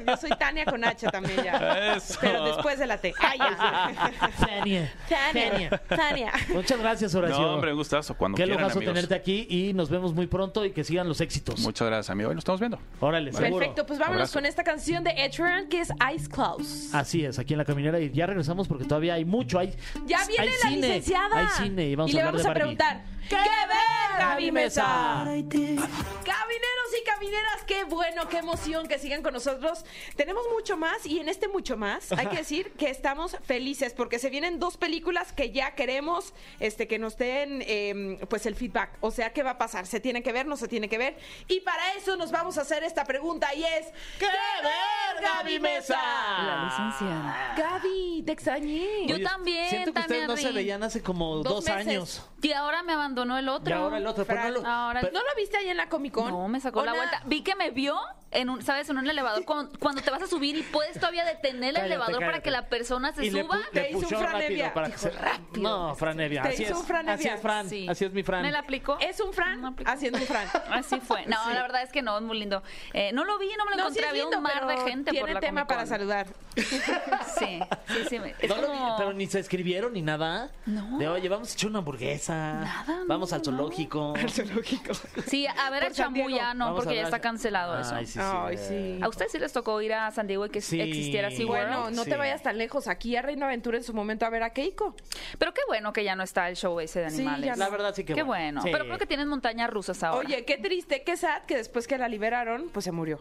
Speaker 1: Yo soy Tania con H también ya.
Speaker 4: Eso.
Speaker 1: Pero después de la T. Ay, ya.
Speaker 2: Tania.
Speaker 1: Tania. Tania.
Speaker 2: Muchas gracias, Horacio.
Speaker 4: No, hombre, un gustazo cuando
Speaker 2: Qué
Speaker 4: quieran,
Speaker 2: lujazo
Speaker 4: amigos.
Speaker 2: tenerte aquí y nos vemos muy pronto y que sigan los éxitos.
Speaker 4: Muchas gracias, amigo. Y nos estamos viendo.
Speaker 2: Órale, seguro.
Speaker 1: Perfecto, pues vámonos
Speaker 4: Abrazo.
Speaker 1: con esta canción de Ed Sheeran que es Ice Close.
Speaker 2: Así es, aquí en la caminera y ya regresamos porque todavía hay mucho, hay
Speaker 1: Ya viene
Speaker 2: hay
Speaker 1: la
Speaker 2: cine,
Speaker 1: licenciada.
Speaker 2: Hay cine y vamos
Speaker 1: le
Speaker 2: a
Speaker 1: vamos a
Speaker 2: hablar de Barbie.
Speaker 1: preguntar. ¿Qué ver, Gaby Mesa?
Speaker 2: Mesa?
Speaker 1: Camineros y camineras, qué bueno, qué emoción que sigan con nosotros. Tenemos mucho más y en este mucho más hay que decir que estamos felices porque se vienen dos películas que ya queremos este, que nos den eh, pues el feedback. O sea, ¿qué va a pasar? ¿Se tiene que ver? ¿No se tiene que ver? Y para eso nos vamos a hacer esta pregunta y es... ¿Qué ver, Gaby
Speaker 7: La licenciada.
Speaker 1: Gaby, te extrañé.
Speaker 7: Yo también,
Speaker 2: Siento que ustedes
Speaker 7: también,
Speaker 2: no se
Speaker 7: Rin.
Speaker 2: veían hace como
Speaker 7: Dos
Speaker 2: dos,
Speaker 7: meses.
Speaker 2: años.
Speaker 7: Y ahora me abandonó el otro.
Speaker 2: Y ahora el otro. pero
Speaker 1: Fran,
Speaker 2: no lo-
Speaker 7: ahora-
Speaker 2: pero-
Speaker 1: ¿No lo viste ahí en la Comic Con?
Speaker 7: No, me sacó la
Speaker 1: Ona,
Speaker 7: vuelta. Vi que me vio, en un, ¿sabes? En un elevador, cuando, cuando te vas a subir y puedes todavía detener el
Speaker 8: Cállate,
Speaker 7: elevador para
Speaker 8: cállate.
Speaker 7: que la persona se
Speaker 8: Y le
Speaker 7: suba.
Speaker 8: pu- le
Speaker 1: Te hizo un
Speaker 8: puchó rápido
Speaker 1: franevia.
Speaker 8: para que se-
Speaker 7: rápido.
Speaker 8: No, franevia.
Speaker 1: Te
Speaker 8: Así
Speaker 1: hizo
Speaker 8: es.
Speaker 1: un franevia.
Speaker 8: Así es, Fran.
Speaker 7: Sí.
Speaker 8: Así es mi Fran.
Speaker 7: ¿Me la aplicó?
Speaker 1: Es un
Speaker 7: No
Speaker 1: Fran
Speaker 7: aplicó.
Speaker 1: haciendo un Fran.
Speaker 7: Así fue. No, la verdad es que no, es muy lindo. Eh, no lo vi, no me lo
Speaker 1: No, sí
Speaker 7: encontré.
Speaker 1: es
Speaker 7: Había
Speaker 1: lindo,
Speaker 7: un mar de
Speaker 1: pero
Speaker 7: gente
Speaker 1: tiene
Speaker 7: por la
Speaker 1: tema para
Speaker 7: Comic-Con.
Speaker 1: saludar.
Speaker 7: Sí, sí, sí. me- es
Speaker 8: No lo vi,
Speaker 7: como-
Speaker 8: pero ni se escribieron ni nada.
Speaker 7: No.
Speaker 8: De oye, vamos a echar una hamburguesa.
Speaker 7: Nada,
Speaker 8: Vamos
Speaker 7: no,
Speaker 8: al
Speaker 7: no.
Speaker 8: zoológico.
Speaker 1: Lógico.
Speaker 7: Sí, a ver
Speaker 1: Por
Speaker 7: el
Speaker 1: San
Speaker 7: chambú
Speaker 1: Diego.
Speaker 7: ya Ah, no,
Speaker 8: Vamos a
Speaker 7: porque ya
Speaker 8: ver-
Speaker 7: está cancelado
Speaker 8: Ay,
Speaker 7: eso.
Speaker 8: sí, sí.
Speaker 1: Ay, sí.
Speaker 7: ¿A ustedes sí les tocó ir a San Diego y que
Speaker 8: Sí.
Speaker 7: existiera así
Speaker 1: Bueno, no
Speaker 8: Sí.
Speaker 1: te vayas tan lejos. Aquí a Reina Aventura en su momento a ver a Keiko.
Speaker 7: Pero qué bueno que ya no está el show ese de
Speaker 1: Sí,
Speaker 7: animales.
Speaker 1: ya no.
Speaker 8: La verdad sí que
Speaker 7: Qué bueno.
Speaker 8: Sí.
Speaker 7: Pero creo que tienen montañas rusas ahora.
Speaker 1: Oye, qué triste, qué sad que después que la liberaron, pues se murió.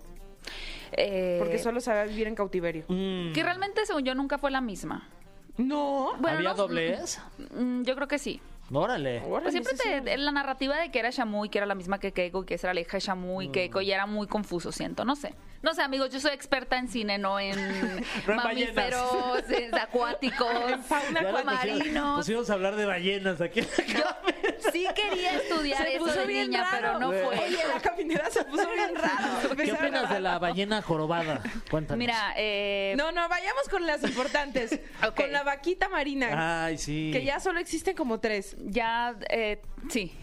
Speaker 7: Eh,
Speaker 1: Porque solo sabía vivir en cautiverio.
Speaker 8: Mm.
Speaker 7: Que realmente, según yo, nunca fue la misma.
Speaker 1: No.
Speaker 7: Bueno,
Speaker 8: ¿Había
Speaker 7: no-
Speaker 8: dobles?
Speaker 7: Mm, Yo creo que sí.
Speaker 8: Órale.
Speaker 1: Órale,
Speaker 7: Pues siempre
Speaker 1: ese sí
Speaker 7: te-
Speaker 1: era-
Speaker 7: la narrativa de que era Shamu y que era la misma que Keiko y que esa era la hija de Shamu y Keiko y era muy confuso, siento, no sé. No sé, amigos, yo soy experta en cine, no en mamíferos, en acuáticos, en
Speaker 8: Ya
Speaker 1: fauna
Speaker 8: nos pusimos-
Speaker 7: marinos.
Speaker 8: Nos íbamos a hablar de ballenas aquí.
Speaker 7: Yo sí quería estudiar
Speaker 1: Se
Speaker 7: eso
Speaker 1: puso
Speaker 7: de
Speaker 1: bien
Speaker 7: niña,
Speaker 1: raro.
Speaker 7: pero no fue.
Speaker 1: Oye, la caminera se puso bien raro.
Speaker 8: ¿Qué opinas de la ballena jorobada? Cuéntanos.
Speaker 7: Mira, eh,
Speaker 1: No, no, vayamos con las importantes.
Speaker 7: Ok.
Speaker 1: Con la vaquita marina,
Speaker 8: Ay, Ah, sí.
Speaker 1: que ya solo existen como tres.
Speaker 7: ya, eh, sí.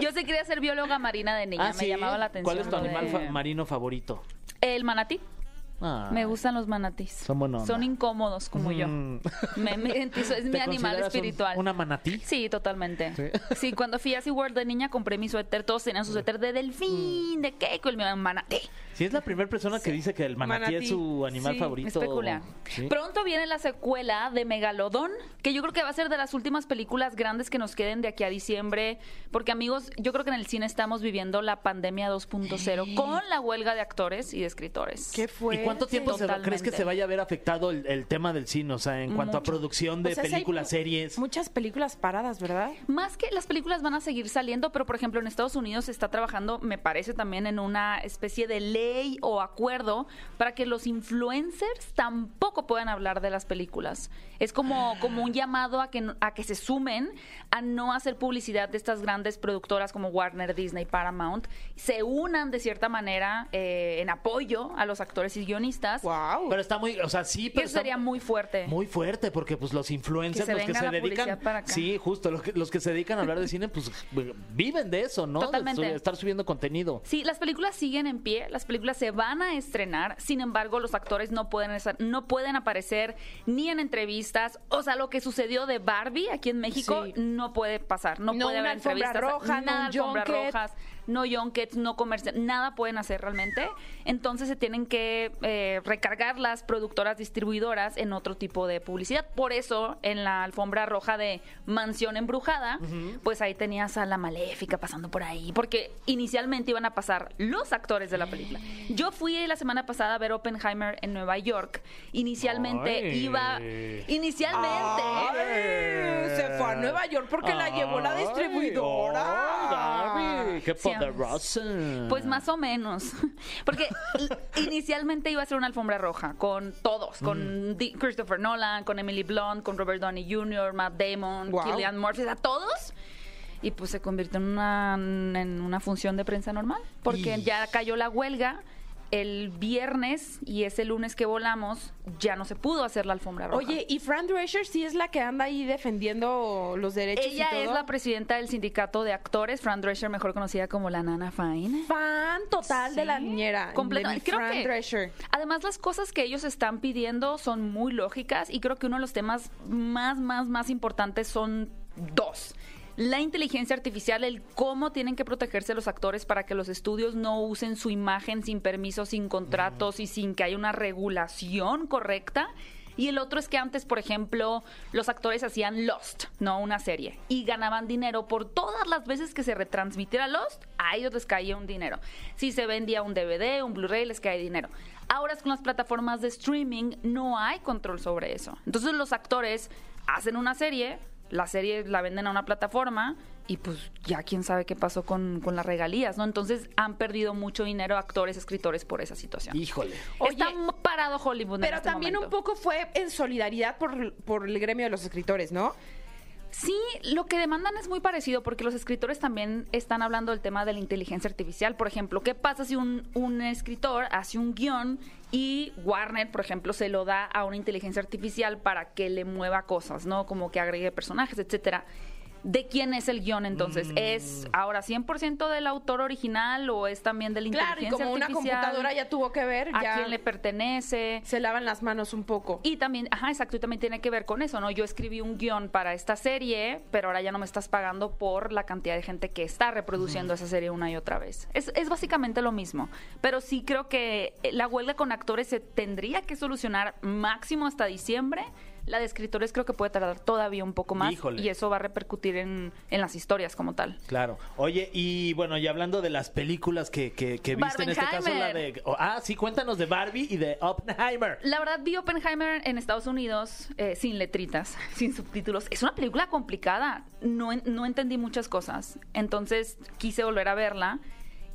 Speaker 7: yo sí quería ser bióloga marina de niña,
Speaker 8: Ah,
Speaker 7: me
Speaker 8: ¿sí?
Speaker 7: llamaba la atención.
Speaker 8: ¿Cuál es tu
Speaker 7: lo de-
Speaker 8: animal fa- marino favorito?
Speaker 7: El manatí.
Speaker 8: Ah.
Speaker 7: Me gustan los manatís.
Speaker 8: Son buena onda.
Speaker 7: Son incómodos como yo.
Speaker 8: Mm.
Speaker 7: Me, me identizo, es mi
Speaker 8: ¿Te
Speaker 7: animal
Speaker 8: consideras un-
Speaker 7: espiritual.
Speaker 8: ¿Una manatí?
Speaker 7: Sí, totalmente. ¿Sí? cuando fui a SeaWorld de niña compré mi suéter. Todos tenían su suéter de
Speaker 8: Mm.
Speaker 7: delfín, de Keiko, el mío manatí.
Speaker 8: Si es la primera persona que dice que el manatí, es
Speaker 1: Manatí.
Speaker 8: su animal
Speaker 7: Sí,
Speaker 8: favorito.
Speaker 7: Es peculiar.
Speaker 8: Sí.
Speaker 7: Pronto viene la secuela de Megalodón, que yo creo que va a ser de las últimas películas grandes que nos queden de aquí a diciembre. Porque, amigos, yo creo que en el cine estamos viviendo la pandemia 2.0 con la huelga de actores y de escritores.
Speaker 1: ¿Qué fue?
Speaker 8: ¿Y cuánto tiempo se va- crees que
Speaker 7: Totalmente.
Speaker 8: se vaya a ver afectado el, el tema del cine? O sea, en cuanto a
Speaker 7: Mucho.
Speaker 8: producción de películas, series.
Speaker 1: Muchas películas paradas, ¿verdad?
Speaker 7: Más que las películas van a seguir saliendo, pero por ejemplo en Estados Unidos se está trabajando, me parece también, en una especie de ley o acuerdo para que los influencers tampoco puedan hablar de las películas. Es como, como un llamado a que, no- a que se sumen a no hacer publicidad de estas grandes productoras como Warner, Disney, Paramount. Se unan de cierta manera eh, en apoyo a los actores y guionistas.
Speaker 1: Wow.
Speaker 8: Pero está muy, o sea, sí,
Speaker 7: Y
Speaker 8: pero
Speaker 7: eso
Speaker 8: está
Speaker 7: sería muy fuerte.
Speaker 8: muy fuerte porque pues los influencers,
Speaker 7: Que se
Speaker 8: los que
Speaker 7: venga
Speaker 8: se
Speaker 7: la publicidad
Speaker 8: dedican,
Speaker 7: para acá.
Speaker 8: sí, justo, los que, los que se dedican a hablar de cine, pues viven de eso, ¿no? De su-
Speaker 7: Totalmente.
Speaker 8: estar subiendo contenido.
Speaker 7: Sí, las películas siguen en pie, las películas se van a estrenar, sin embargo, los actores no pueden, estar- no pueden aparecer ni en entrevistas. O sea, lo que sucedió de Barbie aquí en México
Speaker 1: Sí.
Speaker 7: no puede pasar, no,
Speaker 1: No
Speaker 7: puede
Speaker 1: una
Speaker 7: haber
Speaker 1: alfombra
Speaker 7: entrevistas.
Speaker 1: roja, no
Speaker 7: nada
Speaker 1: un
Speaker 7: de alfombras
Speaker 1: junket.
Speaker 7: rojas, no junkets, no comercial, nada pueden hacer realmente. Entonces se tienen que eh, recargar las productoras distribuidoras en otro tipo de publicidad. Por eso, en la alfombra roja de Mansión Embrujada, pues ahí tenías a la maléfica pasando por ahí, porque inicialmente iban a pasar los actores de la película. Yo fui la semana pasada a ver Oppenheimer en Nueva York. Inicialmente
Speaker 8: Ay.
Speaker 7: iba. Inicialmente.
Speaker 1: Ay, se fue a Nueva York porque la llevó la distribuidora.
Speaker 8: Ay, Gaby, ¡Qué
Speaker 7: Sí,
Speaker 8: poderosa!
Speaker 7: Pues más o menos. Porque i- inicialmente iba a ser una alfombra roja con todos, con
Speaker 1: Mm.
Speaker 7: Di- Christopher Nolan, con Emily Blunt, con Robert Downey Jr., Matt Damon,
Speaker 1: Wow.
Speaker 7: Killian Murphy, a todos. Y pues se convirtió en una, en una función de prensa normal. Porque ya cayó la huelga el viernes y ese lunes que volamos ya no se pudo hacer la alfombra roja.
Speaker 1: Oye, ¿y Fran Drescher sí es la que anda ahí defendiendo los derechos
Speaker 7: ella
Speaker 1: y todo?
Speaker 7: es la presidenta del sindicato de actores, Fran Drescher, mejor conocida como la Nana Fine.
Speaker 1: fan total de la
Speaker 7: Sí,
Speaker 1: niñera.
Speaker 7: completamente.
Speaker 1: De mi
Speaker 7: Creo
Speaker 1: Fran
Speaker 7: que-
Speaker 1: Drescher.
Speaker 7: Además, las cosas que ellos están pidiendo son muy lógicas y creo que uno de los temas más, más, más importantes son dos. La inteligencia artificial, el cómo tienen que protegerse los actores para que los estudios no usen su imagen sin permiso, sin contratos y sin que haya una regulación correcta. Y el otro es que antes, por ejemplo, los actores hacían Lost, no una serie, y ganaban dinero por todas las veces que se retransmitiera Lost, a ellos les caía un dinero. Si se vendía un DVD, un Blu-ray, les caía dinero. Ahora con las plataformas de streaming no hay control sobre eso. Entonces los actores hacen una serie, la serie la venden a una plataforma y pues ya quién sabe qué pasó con, con las regalías, ¿no? Entonces han perdido mucho dinero actores, escritores por esa situación.
Speaker 8: Híjole.
Speaker 7: Está
Speaker 1: Oye,
Speaker 7: muy parado Hollywood. en
Speaker 1: Pero
Speaker 7: este
Speaker 1: también
Speaker 7: momento.
Speaker 1: un poco fue en solidaridad por, por el gremio de los escritores, ¿no?
Speaker 7: Sí, lo que demandan es muy parecido porque los escritores también están hablando del tema de la inteligencia artificial. Por ejemplo, ¿qué pasa si un, un escritor hace un guión y Warner, por ejemplo, se lo da a una inteligencia artificial para que le mueva cosas, ¿no? Como que agregue personajes, etcétera. ¿De quién es el guión entonces?
Speaker 1: Mm.
Speaker 7: ¿Es ahora 100% del autor original o es también de la
Speaker 1: Claro, y
Speaker 7: inteligencia
Speaker 1: como una
Speaker 7: artificial?
Speaker 1: computadora ya tuvo que ver,
Speaker 7: ¿A
Speaker 1: ya
Speaker 7: quién le pertenece?
Speaker 1: se lavan las manos un poco.
Speaker 7: Y también, ajá, exacto, y también tiene que ver con eso, ¿no? Yo escribí un guión para esta serie, pero ahora ya no me estás pagando por la cantidad de gente que está reproduciendo esa serie una y otra vez. Es, es básicamente lo mismo, pero sí creo que eh, la huelga con actores se tendría que solucionar máximo hasta diciembre. La de escritores creo que puede tardar todavía un poco más
Speaker 8: Híjole.
Speaker 7: y eso va a repercutir en, en las historias como tal.
Speaker 8: Claro. Oye, y bueno, y hablando de las películas que, que, que viste, en este caso la
Speaker 7: Barbenheimer.
Speaker 8: de... oh, ah, sí, cuéntanos de Barbie y de Oppenheimer.
Speaker 7: La verdad, vi Oppenheimer en Estados Unidos eh, sin letritas, sin subtítulos. Es una película complicada. No, en- no entendí muchas cosas. Entonces quise volver a verla.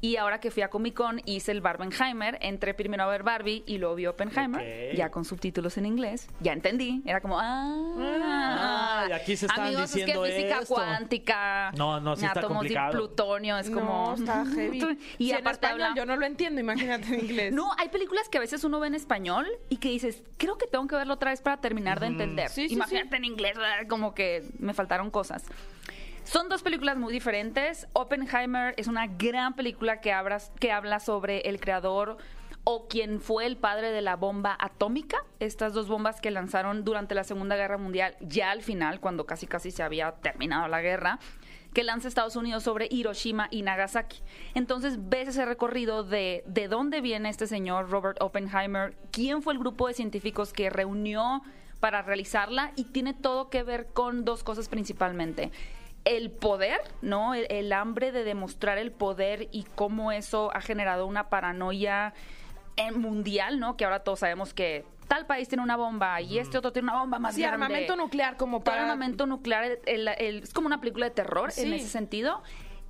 Speaker 7: Y ahora que fui a Comic Con, hice el Barbenheimer. Entré primero a ver Barbie y luego vi Oppenheimer.
Speaker 8: Ok.
Speaker 7: Ya con subtítulos en inglés. Ya entendí. Era como, ah.
Speaker 8: Ah, y aquí se estaban
Speaker 7: Amigos,
Speaker 8: diciendo
Speaker 7: es que física
Speaker 8: esto.
Speaker 7: cuántica.
Speaker 8: No, no, sí está
Speaker 7: átomos de
Speaker 8: complicado.
Speaker 7: plutonio. Es como.
Speaker 1: No, está heavy.
Speaker 7: Y
Speaker 1: Si en
Speaker 7: aparte
Speaker 1: español
Speaker 7: habla-
Speaker 1: yo no lo entiendo, imagínate en inglés.
Speaker 7: no, hay películas que a veces uno ve en español y que dices, creo que tengo que verlo otra vez para terminar de entender.
Speaker 1: Sí, sí,
Speaker 7: Imagínate en inglés, ah, como que me faltaron cosas. Son dos películas muy diferentes. Oppenheimer es una gran película que, abras- que habla sobre el creador o quien fue el padre de la bomba atómica. Estas dos bombas que lanzaron durante la Segunda Guerra Mundial, ya al final, cuando casi casi se había terminado la guerra, que lanza Estados Unidos sobre Hiroshima y Nagasaki. Entonces ves ese recorrido de de dónde viene este señor Robert Oppenheimer, quién fue el grupo de científicos que reunió para realizarla y tiene todo que ver con dos cosas principalmente el poder, ¿no? El, el hambre de demostrar el poder y cómo eso ha generado una paranoia eh, mundial, ¿no? Que ahora todos sabemos que tal país tiene una bomba y este otro tiene una bomba más
Speaker 1: Sí,
Speaker 7: grande.
Speaker 1: armamento nuclear como
Speaker 7: Todo
Speaker 1: para...
Speaker 7: armamento nuclear el- el- es como una película de terror en
Speaker 1: Sí.
Speaker 7: ese sentido.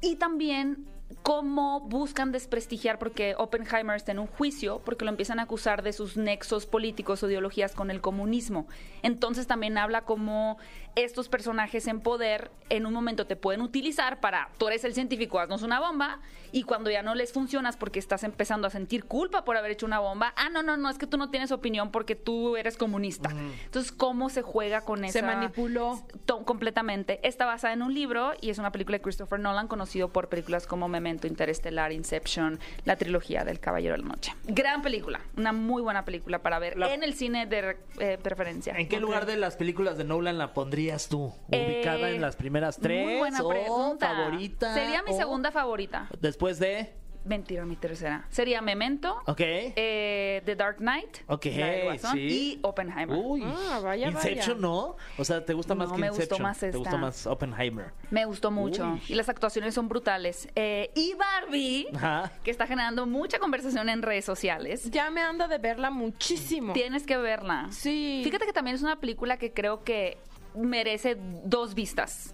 Speaker 7: Y también cómo buscan desprestigiar, porque Oppenheimer está en un juicio, porque lo empiezan a acusar de sus nexos políticos o ideologías con el comunismo. Entonces también habla cómo estos personajes en poder en un momento te pueden utilizar para, tú eres el científico, haznos una bomba, y cuando ya no les funcionas porque estás empezando a sentir culpa por haber hecho una bomba, ah, no, no, no, es que tú no tienes opinión porque tú eres comunista. Entonces, ¿cómo se juega con
Speaker 1: Se
Speaker 7: esa-
Speaker 1: manipuló.
Speaker 7: to- completamente. Está basada en un libro y es una película de Christopher Nolan, conocido por películas como Memento, Interestelar, Inception, la trilogía del Caballero de la Noche. Gran película, una muy buena película para ver
Speaker 8: La-
Speaker 7: en el cine de re- eh, preferencia.
Speaker 8: ¿En qué
Speaker 7: Ok.
Speaker 8: lugar de las películas de Nolan la pondrías tú? ¿Ubicada
Speaker 7: Eh,
Speaker 8: en las primeras tres?
Speaker 7: Muy buena
Speaker 8: o
Speaker 7: pregunta.
Speaker 8: Oh, favorita? Oh.
Speaker 7: Sería mi
Speaker 8: o-
Speaker 7: segunda favorita.
Speaker 8: Después de...
Speaker 7: Mentira, mi tercera. Sería Memento,
Speaker 8: Ok.
Speaker 7: eh, The Dark Knight,
Speaker 8: Ok,
Speaker 7: la del Guasón,
Speaker 8: sí. Uh.
Speaker 7: y Oppenheimer.
Speaker 8: Uy,
Speaker 1: Ah, vaya,
Speaker 8: Inception
Speaker 1: vaya.
Speaker 8: no. O sea, ¿te gusta más
Speaker 7: No,
Speaker 8: que
Speaker 7: me gustó
Speaker 8: Inception?
Speaker 7: más
Speaker 8: ¿Te
Speaker 7: esta.
Speaker 8: gusta más Oppenheimer?
Speaker 7: Me gustó mucho.
Speaker 8: Uy.
Speaker 7: Y las actuaciones son brutales. Eh, y Barbie,
Speaker 8: Ajá.
Speaker 7: que está generando mucha conversación en redes sociales.
Speaker 1: Ya me anda de verla muchísimo.
Speaker 7: Tienes que verla.
Speaker 1: Sí.
Speaker 7: Fíjate que también es una película que creo que merece dos vistas.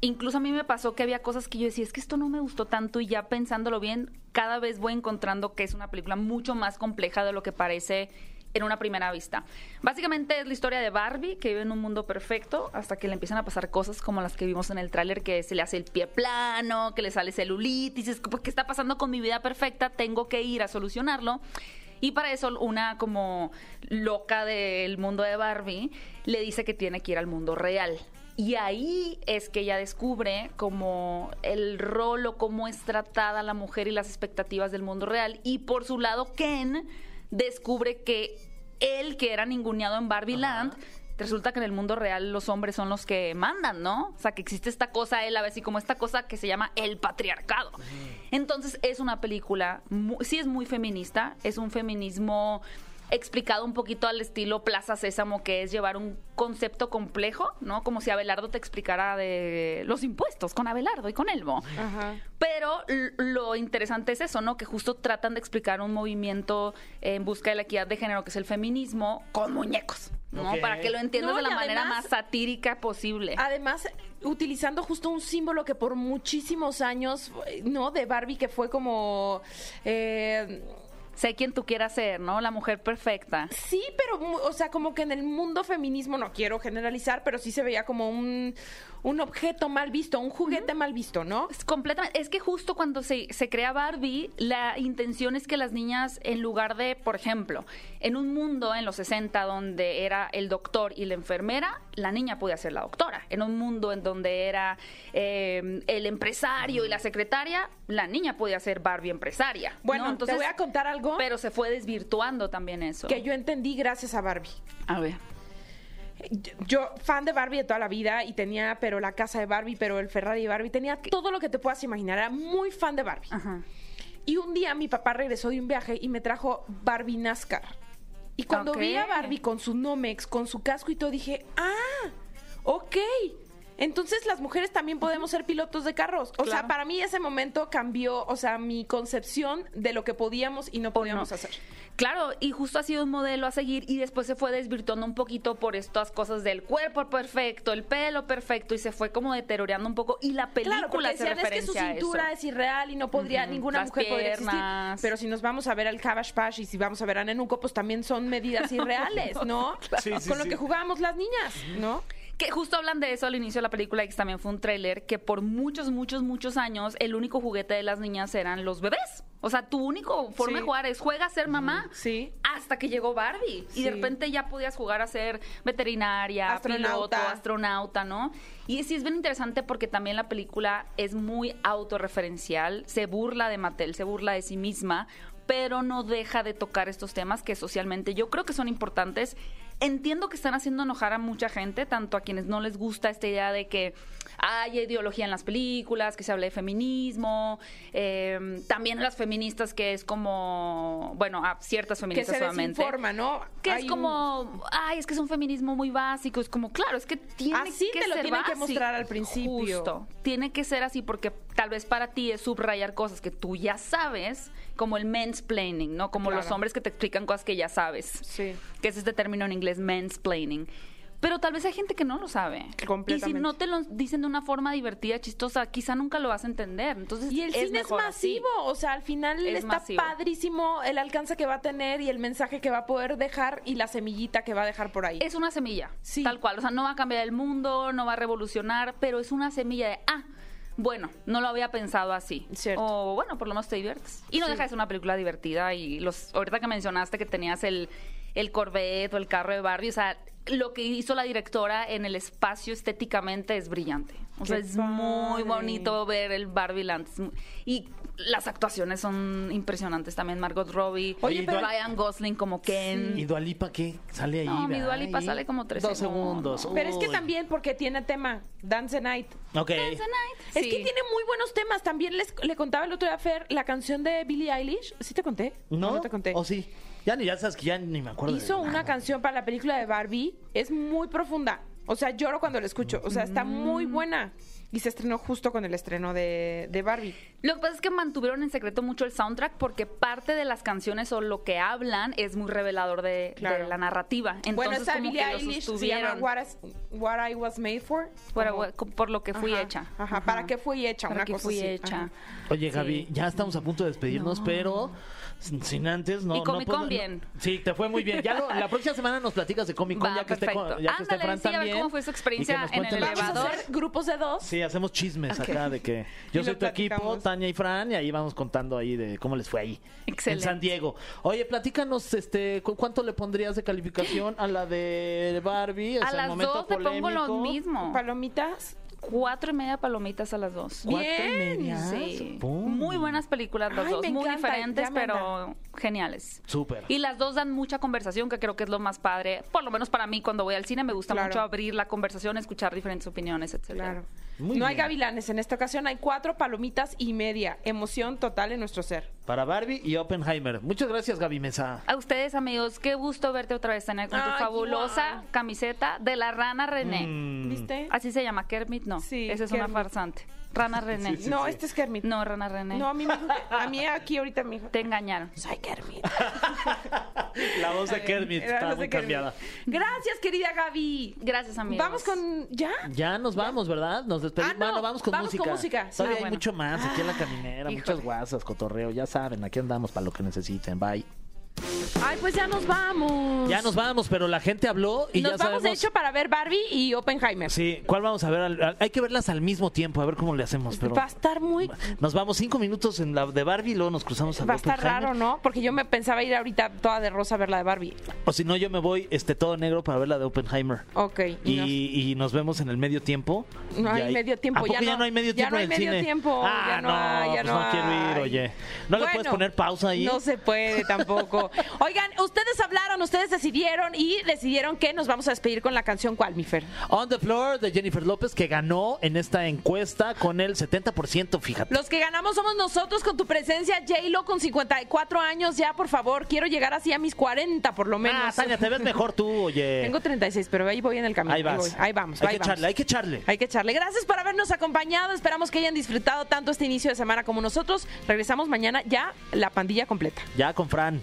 Speaker 7: Incluso a mí me pasó que había cosas que yo decía, es que esto no me gustó tanto y ya pensándolo bien, cada vez voy encontrando que es una película mucho más compleja de lo que parece en una primera vista. Básicamente es la historia de Barbie que vive en un mundo perfecto hasta que le empiezan a pasar cosas como las que vimos en el tráiler, que se le hace el pie plano, que le sale celulitis, es como, ¿qué está pasando con mi vida perfecta? Tengo que ir a solucionarlo. Y para eso una como loca del mundo de Barbie le dice que tiene que ir al mundo real. Y ahí es que ella descubre como el rol o cómo es tratada la mujer y las expectativas del mundo real. Y por su lado, Ken descubre que él, que era ninguneado en Barbie Land, resulta que en el mundo real los hombres son los que mandan, ¿no? O sea, que existe esta cosa, él a veces, como esta cosa que se llama el patriarcado. Entonces, es una película, mu- sí es muy feminista, es un feminismo explicado un poquito al estilo Plaza Sésamo, que es llevar un concepto complejo, ¿no? Como si Abelardo te explicara de los impuestos con Abelardo y con Elmo.
Speaker 1: Ajá.
Speaker 7: Pero l- lo interesante es eso, ¿no? Que justo tratan de explicar un movimiento en busca de la equidad de género, que es el feminismo, con muñecos, ¿no?
Speaker 8: Ok.
Speaker 7: Para que lo entiendas
Speaker 1: No,
Speaker 7: de la
Speaker 1: y
Speaker 7: manera
Speaker 1: además-
Speaker 7: más satírica posible.
Speaker 1: Además, utilizando justo un símbolo que por muchísimos años, ¿no? De Barbie, que fue como. eh,
Speaker 7: sé quién tú quieras ser, ¿no? La mujer perfecta.
Speaker 1: Sí, pero, mu- o sea, como que en el mundo feminismo, no quiero generalizar, pero sí se veía como un, un objeto mal visto, un juguete mal visto, ¿no?
Speaker 7: Es completamente. Es que justo cuando se, se crea Barbie, la intención es que las niñas, en lugar de, por ejemplo, en un mundo en los 60 donde era el doctor y la enfermera, la niña podía ser la doctora. En un mundo en donde era eh, el empresario y la secretaria, la niña podía ser Barbie empresaria.
Speaker 1: Bueno,
Speaker 7: ¿no?
Speaker 1: te voy a contar algo
Speaker 7: Pero se fue desvirtuando también eso.
Speaker 1: que yo entendí gracias a Barbie.
Speaker 7: A ver.
Speaker 1: Yo, fan de Barbie de toda la vida, y tenía, pero la casa de Barbie, pero el Ferrari de Barbie, tenía todo lo que te puedas imaginar. Era muy fan de Barbie.
Speaker 7: Ajá.
Speaker 1: Y un día mi papá regresó de un viaje y me trajo Barbie NASCAR. Y cuando vi a
Speaker 7: Ok.
Speaker 1: Barbie con su Nomex, con su casco y todo, dije, ah, ok. Entonces las mujeres también podemos ser pilotos de carros. O sea,
Speaker 7: Claro.
Speaker 1: para mí ese momento cambió, o sea, mi concepción de lo que podíamos y no podíamos
Speaker 7: no.
Speaker 1: hacer.
Speaker 7: Claro, y justo ha sido un modelo a seguir y después se fue desvirtuando un poquito por estas cosas del cuerpo perfecto, el pelo perfecto y se fue como deteriorando un poco y la película
Speaker 1: Claro, porque
Speaker 7: hace
Speaker 1: decían, es que su
Speaker 7: referencia a
Speaker 1: cintura
Speaker 7: eso.
Speaker 1: es irreal y no podría,
Speaker 7: Ujú,
Speaker 1: ninguna
Speaker 7: las
Speaker 1: mujer podría existir.
Speaker 7: piernas.
Speaker 1: Pero si nos vamos a ver al Cabash Pash y si vamos a ver a Nenuco, pues también son medidas irreales, ¿no? Con lo que jugábamos las niñas, ¿no?
Speaker 7: Que justo hablan de eso al inicio de la película, que también fue un tráiler, que por muchos, muchos, muchos años el único juguete de las niñas eran los bebés. O sea, tu único forma
Speaker 1: Sí.
Speaker 7: de jugar es juega a ser mamá.
Speaker 1: Sí.
Speaker 7: Hasta que llegó Barbie. Y
Speaker 1: Sí.
Speaker 7: de repente ya podías jugar a ser veterinaria,
Speaker 1: Astronauta.
Speaker 7: astronauta. piloto, astronauta, ¿no? Y sí es bien interesante porque también la película es muy autorreferencial, se burla de Mattel, se burla de sí misma, pero no deja de tocar estos temas que socialmente yo creo que son importantes. Entiendo que están haciendo enojar a mucha gente, tanto a quienes no les gusta esta idea de que hay ideología en las películas, que se hable de feminismo, eh, también las feministas que es como, bueno, a ciertas
Speaker 1: Que
Speaker 7: feministas
Speaker 1: se
Speaker 7: solamente.
Speaker 1: desinforma, ¿no?
Speaker 7: Que
Speaker 1: Hay un-
Speaker 7: es como, ay, es que es un feminismo muy básico. Es como, claro, es que tiene
Speaker 1: Así
Speaker 7: que
Speaker 1: te lo
Speaker 7: ser
Speaker 1: tienen que
Speaker 7: básico.
Speaker 1: mostrar al principio.
Speaker 7: Justo. Tiene que ser así porque tal vez para ti es subrayar cosas que tú ya sabes, como el mansplaining, ¿no? Como los
Speaker 1: Claro.
Speaker 7: hombres que te explican cosas que ya sabes.
Speaker 1: Sí.
Speaker 7: Que es este término en inglés, mansplaining. Pero tal vez hay gente que no lo sabe.
Speaker 1: Completamente.
Speaker 7: Y si no te lo dicen de una forma divertida, chistosa, quizá nunca lo vas a entender. Entonces,
Speaker 1: Y el
Speaker 7: es
Speaker 1: cine es
Speaker 7: mejor así.
Speaker 1: masivo, o sea, al final
Speaker 7: Es
Speaker 1: está
Speaker 7: masivo.
Speaker 1: padrísimo el alcance que va a tener y el mensaje que va a poder dejar y la semillita que va a dejar por ahí.
Speaker 7: Es una semilla,
Speaker 1: Sí.
Speaker 7: tal cual. O sea, no va a cambiar el mundo, no va a revolucionar, pero es una semilla de, ah, bueno, no lo había pensado así.
Speaker 1: Cierto.
Speaker 7: O bueno, por lo menos te diviertes. Y no deja de ser una película divertida. Y los ahorita que mencionaste que tenías el, el Corvette o el carro de Barbie, o sea, lo que hizo la directora en el espacio estéticamente es brillante. O sea,
Speaker 1: ¡Qué
Speaker 7: es
Speaker 1: padre!
Speaker 7: muy bonito ver el Barbie Land. Es mu- Y las actuaciones son impresionantes también. Margot Robbie,
Speaker 2: Oye, pero-
Speaker 7: Ryan Gosling como Ken.
Speaker 2: ¿Y Dualipa qué? Sale ahí.
Speaker 7: Mm. No, mi
Speaker 2: ¿verdad?
Speaker 7: Dua Lipa
Speaker 2: Ahí.
Speaker 7: sale como tres
Speaker 2: Dos
Speaker 7: segundos.
Speaker 2: segundos.
Speaker 1: Pero es que
Speaker 2: Uy.
Speaker 1: también porque tiene tema, Dance the Night.
Speaker 2: Ok.
Speaker 7: Night.
Speaker 1: Es que tiene muy buenos temas. También les, le contaba el otro día a Fer la canción de Billie Eilish. ¿Sí te conté? ¿O
Speaker 2: ¿No?
Speaker 1: te conté.
Speaker 2: ¿O sí? Ya ni ya sabes que ya ni me acuerdo. de
Speaker 1: Hizo
Speaker 2: nada.
Speaker 1: una canción para la película de Barbie. Es muy profunda. O sea, lloro cuando la escucho. O sea, está muy buena. Y se estrenó justo con el estreno de, de Barbie.
Speaker 7: Lo que pasa es que mantuvieron en secreto mucho el soundtrack porque parte de las canciones o lo que hablan es muy revelador de,
Speaker 1: Claro.
Speaker 7: de la narrativa. Entonces,
Speaker 1: bueno, esta
Speaker 7: como
Speaker 1: Billie
Speaker 7: que lo
Speaker 1: Eilish se llama
Speaker 7: sostuvieron
Speaker 1: What, Is- What I Was Made For.
Speaker 7: por,
Speaker 1: Como-
Speaker 7: por lo que fui
Speaker 1: Ajá,
Speaker 7: hecha.
Speaker 1: Ajá, ¿para qué fui hecha?
Speaker 7: Para
Speaker 1: una
Speaker 7: que
Speaker 1: cosa
Speaker 7: fui
Speaker 1: así,
Speaker 7: hecha.
Speaker 1: ajá.
Speaker 2: Oye,
Speaker 7: Sí.
Speaker 2: Gaby, ya estamos a punto de despedirnos, pero sin sin antes no.
Speaker 7: Y
Speaker 2: no
Speaker 7: Comic-Con
Speaker 2: puedo-
Speaker 7: bien.
Speaker 2: no- sí, te fue muy bien. Ya lo- la próxima semana nos platicas de Comic Con,
Speaker 7: Va,
Speaker 2: ya que esté,
Speaker 7: perfecto.
Speaker 2: con- ya que esté
Speaker 7: Ándale,
Speaker 2: Fran
Speaker 7: sí, a ver
Speaker 2: también,
Speaker 7: cómo fue su experiencia
Speaker 2: y que nos
Speaker 7: en el
Speaker 2: cuenten los
Speaker 1: Vamos a
Speaker 7: elevador.
Speaker 1: hacer grupos de dos.
Speaker 2: Sí, hacemos chismes
Speaker 7: Ok.
Speaker 2: acá de que yo
Speaker 1: Y
Speaker 2: soy
Speaker 1: lo
Speaker 2: tu equipo,
Speaker 1: platicamos.
Speaker 2: Tania y Fran, y ahí vamos contando ahí de cómo les fue ahí. En
Speaker 7: Excelente.
Speaker 2: San Diego. Oye, platícanos, este, ¿cu- ¿cuánto le pondrías de calificación a la de Barbie?
Speaker 7: A las dos te pongo lo mismo.
Speaker 1: Palomitas.
Speaker 7: Cuatro y media palomitas a las dos.
Speaker 1: Bien.
Speaker 7: Sí.
Speaker 2: Pum.
Speaker 7: Muy buenas películas las
Speaker 1: Ay,
Speaker 7: dos.
Speaker 1: me
Speaker 7: Muy
Speaker 1: encanta,
Speaker 7: diferentes,
Speaker 1: ya me
Speaker 7: pero geniales.
Speaker 2: Súper.
Speaker 7: Y las dos dan mucha conversación, que creo que es lo más padre. Por lo menos para mí, cuando voy al cine, me gusta
Speaker 1: Claro.
Speaker 7: mucho abrir la conversación, escuchar diferentes opiniones, etcétera.
Speaker 1: Claro.
Speaker 2: Muy
Speaker 1: no hay
Speaker 2: bien.
Speaker 1: gavilanes. En esta ocasión hay cuatro palomitas y media. Emoción total en nuestro ser.
Speaker 2: Para Barbie y Oppenheimer. Muchas gracias, Gaby Mesa.
Speaker 7: A ustedes, amigos, qué gusto verte otra vez, Tania, con tu
Speaker 1: Ay,
Speaker 7: fabulosa
Speaker 1: igual. Mm.
Speaker 7: camiseta de la rana René.
Speaker 2: Mm.
Speaker 1: ¿Viste?
Speaker 7: Así se llama, Kermit, no.
Speaker 1: Sí,
Speaker 7: Esa es
Speaker 1: Kermit.
Speaker 7: una farsante. Rana René.
Speaker 1: no, este es Kermit.
Speaker 7: No, rana René.
Speaker 1: No, a mí, me dijo que- a mí aquí ahorita me dijo.
Speaker 7: Te engañaron.
Speaker 1: Soy Kermit.
Speaker 2: La voz de Kermit
Speaker 1: Era
Speaker 2: está
Speaker 1: no sé
Speaker 2: muy
Speaker 1: qué.
Speaker 2: cambiada.
Speaker 1: Gracias, querida Gaby.
Speaker 7: Gracias, amigos.
Speaker 1: Vamos con. ¿Ya?
Speaker 2: Ya nos vamos, ¿verdad? Nos despedimos.
Speaker 1: Ah, no.
Speaker 2: Bueno, vamos con
Speaker 1: Vamos con
Speaker 2: música.
Speaker 1: música. Sí.
Speaker 2: Todavía
Speaker 7: Ah,
Speaker 2: hay
Speaker 7: bueno.
Speaker 2: mucho más aquí en la caminera,
Speaker 7: híjole.
Speaker 2: muchas guasas, cotorreo, ya saben, aquí andamos para lo que necesiten. Bye.
Speaker 1: Ay, pues ya nos vamos.
Speaker 2: Ya nos vamos, pero la gente habló y
Speaker 1: Nos
Speaker 2: ya
Speaker 1: vamos, de
Speaker 2: sabemos.
Speaker 1: hecho, para ver Barbie y Oppenheimer.
Speaker 2: Sí, ¿cuál vamos a ver? Al- al- Hay que verlas al mismo tiempo, a ver cómo le hacemos. Pero
Speaker 1: Va a estar muy.
Speaker 2: nos vamos cinco minutos en la de Barbie y luego nos cruzamos a
Speaker 1: Va a estar raro, ¿no? Porque yo me pensaba ir ahorita toda de rosa a ver la de Barbie.
Speaker 2: O si no, yo me voy este todo negro para ver la de Oppenheimer.
Speaker 1: Ok.
Speaker 2: Y,
Speaker 1: nos-
Speaker 2: y nos vemos en el medio tiempo.
Speaker 1: No
Speaker 2: Y
Speaker 1: hay medio tiempo,
Speaker 2: ¿A poco
Speaker 1: ya
Speaker 2: ya,
Speaker 1: no-
Speaker 2: no, hay medio
Speaker 1: ya
Speaker 2: tiempo
Speaker 1: no
Speaker 2: en
Speaker 1: hay
Speaker 2: el
Speaker 1: medio
Speaker 2: cine?
Speaker 1: tiempo,
Speaker 2: ah,
Speaker 1: ya no hay, ya
Speaker 2: pues
Speaker 1: no
Speaker 2: no quiero ir,
Speaker 1: hay.
Speaker 2: oye. ¿No le puedes
Speaker 1: Bueno,
Speaker 2: poner pausa ahí?
Speaker 1: No se puede tampoco. Oigan, ustedes hablaron, ustedes decidieron y decidieron que nos vamos a despedir con la canción ¿Cuál, mi Fer?
Speaker 2: On the Floor de Jennifer López, que ganó en esta encuesta con el 70%, fíjate.
Speaker 1: Los que ganamos somos nosotros con tu presencia, J-Lo con 54 años ya, por favor. Quiero llegar así a mis 40 por lo menos.
Speaker 2: Ah, Tania, te ves mejor tú, oye.
Speaker 1: Tengo 36, pero ahí voy en el camino.
Speaker 2: ahí vas.
Speaker 1: voy, ahí vamos.
Speaker 2: Hay
Speaker 1: ahí
Speaker 2: que
Speaker 1: vamos.
Speaker 2: echarle, hay que echarle.
Speaker 1: Hay que echarle. Gracias por habernos acompañado. Esperamos que hayan disfrutado tanto este inicio de semana como nosotros. Regresamos mañana ya la pandilla completa.
Speaker 2: Ya con Fran.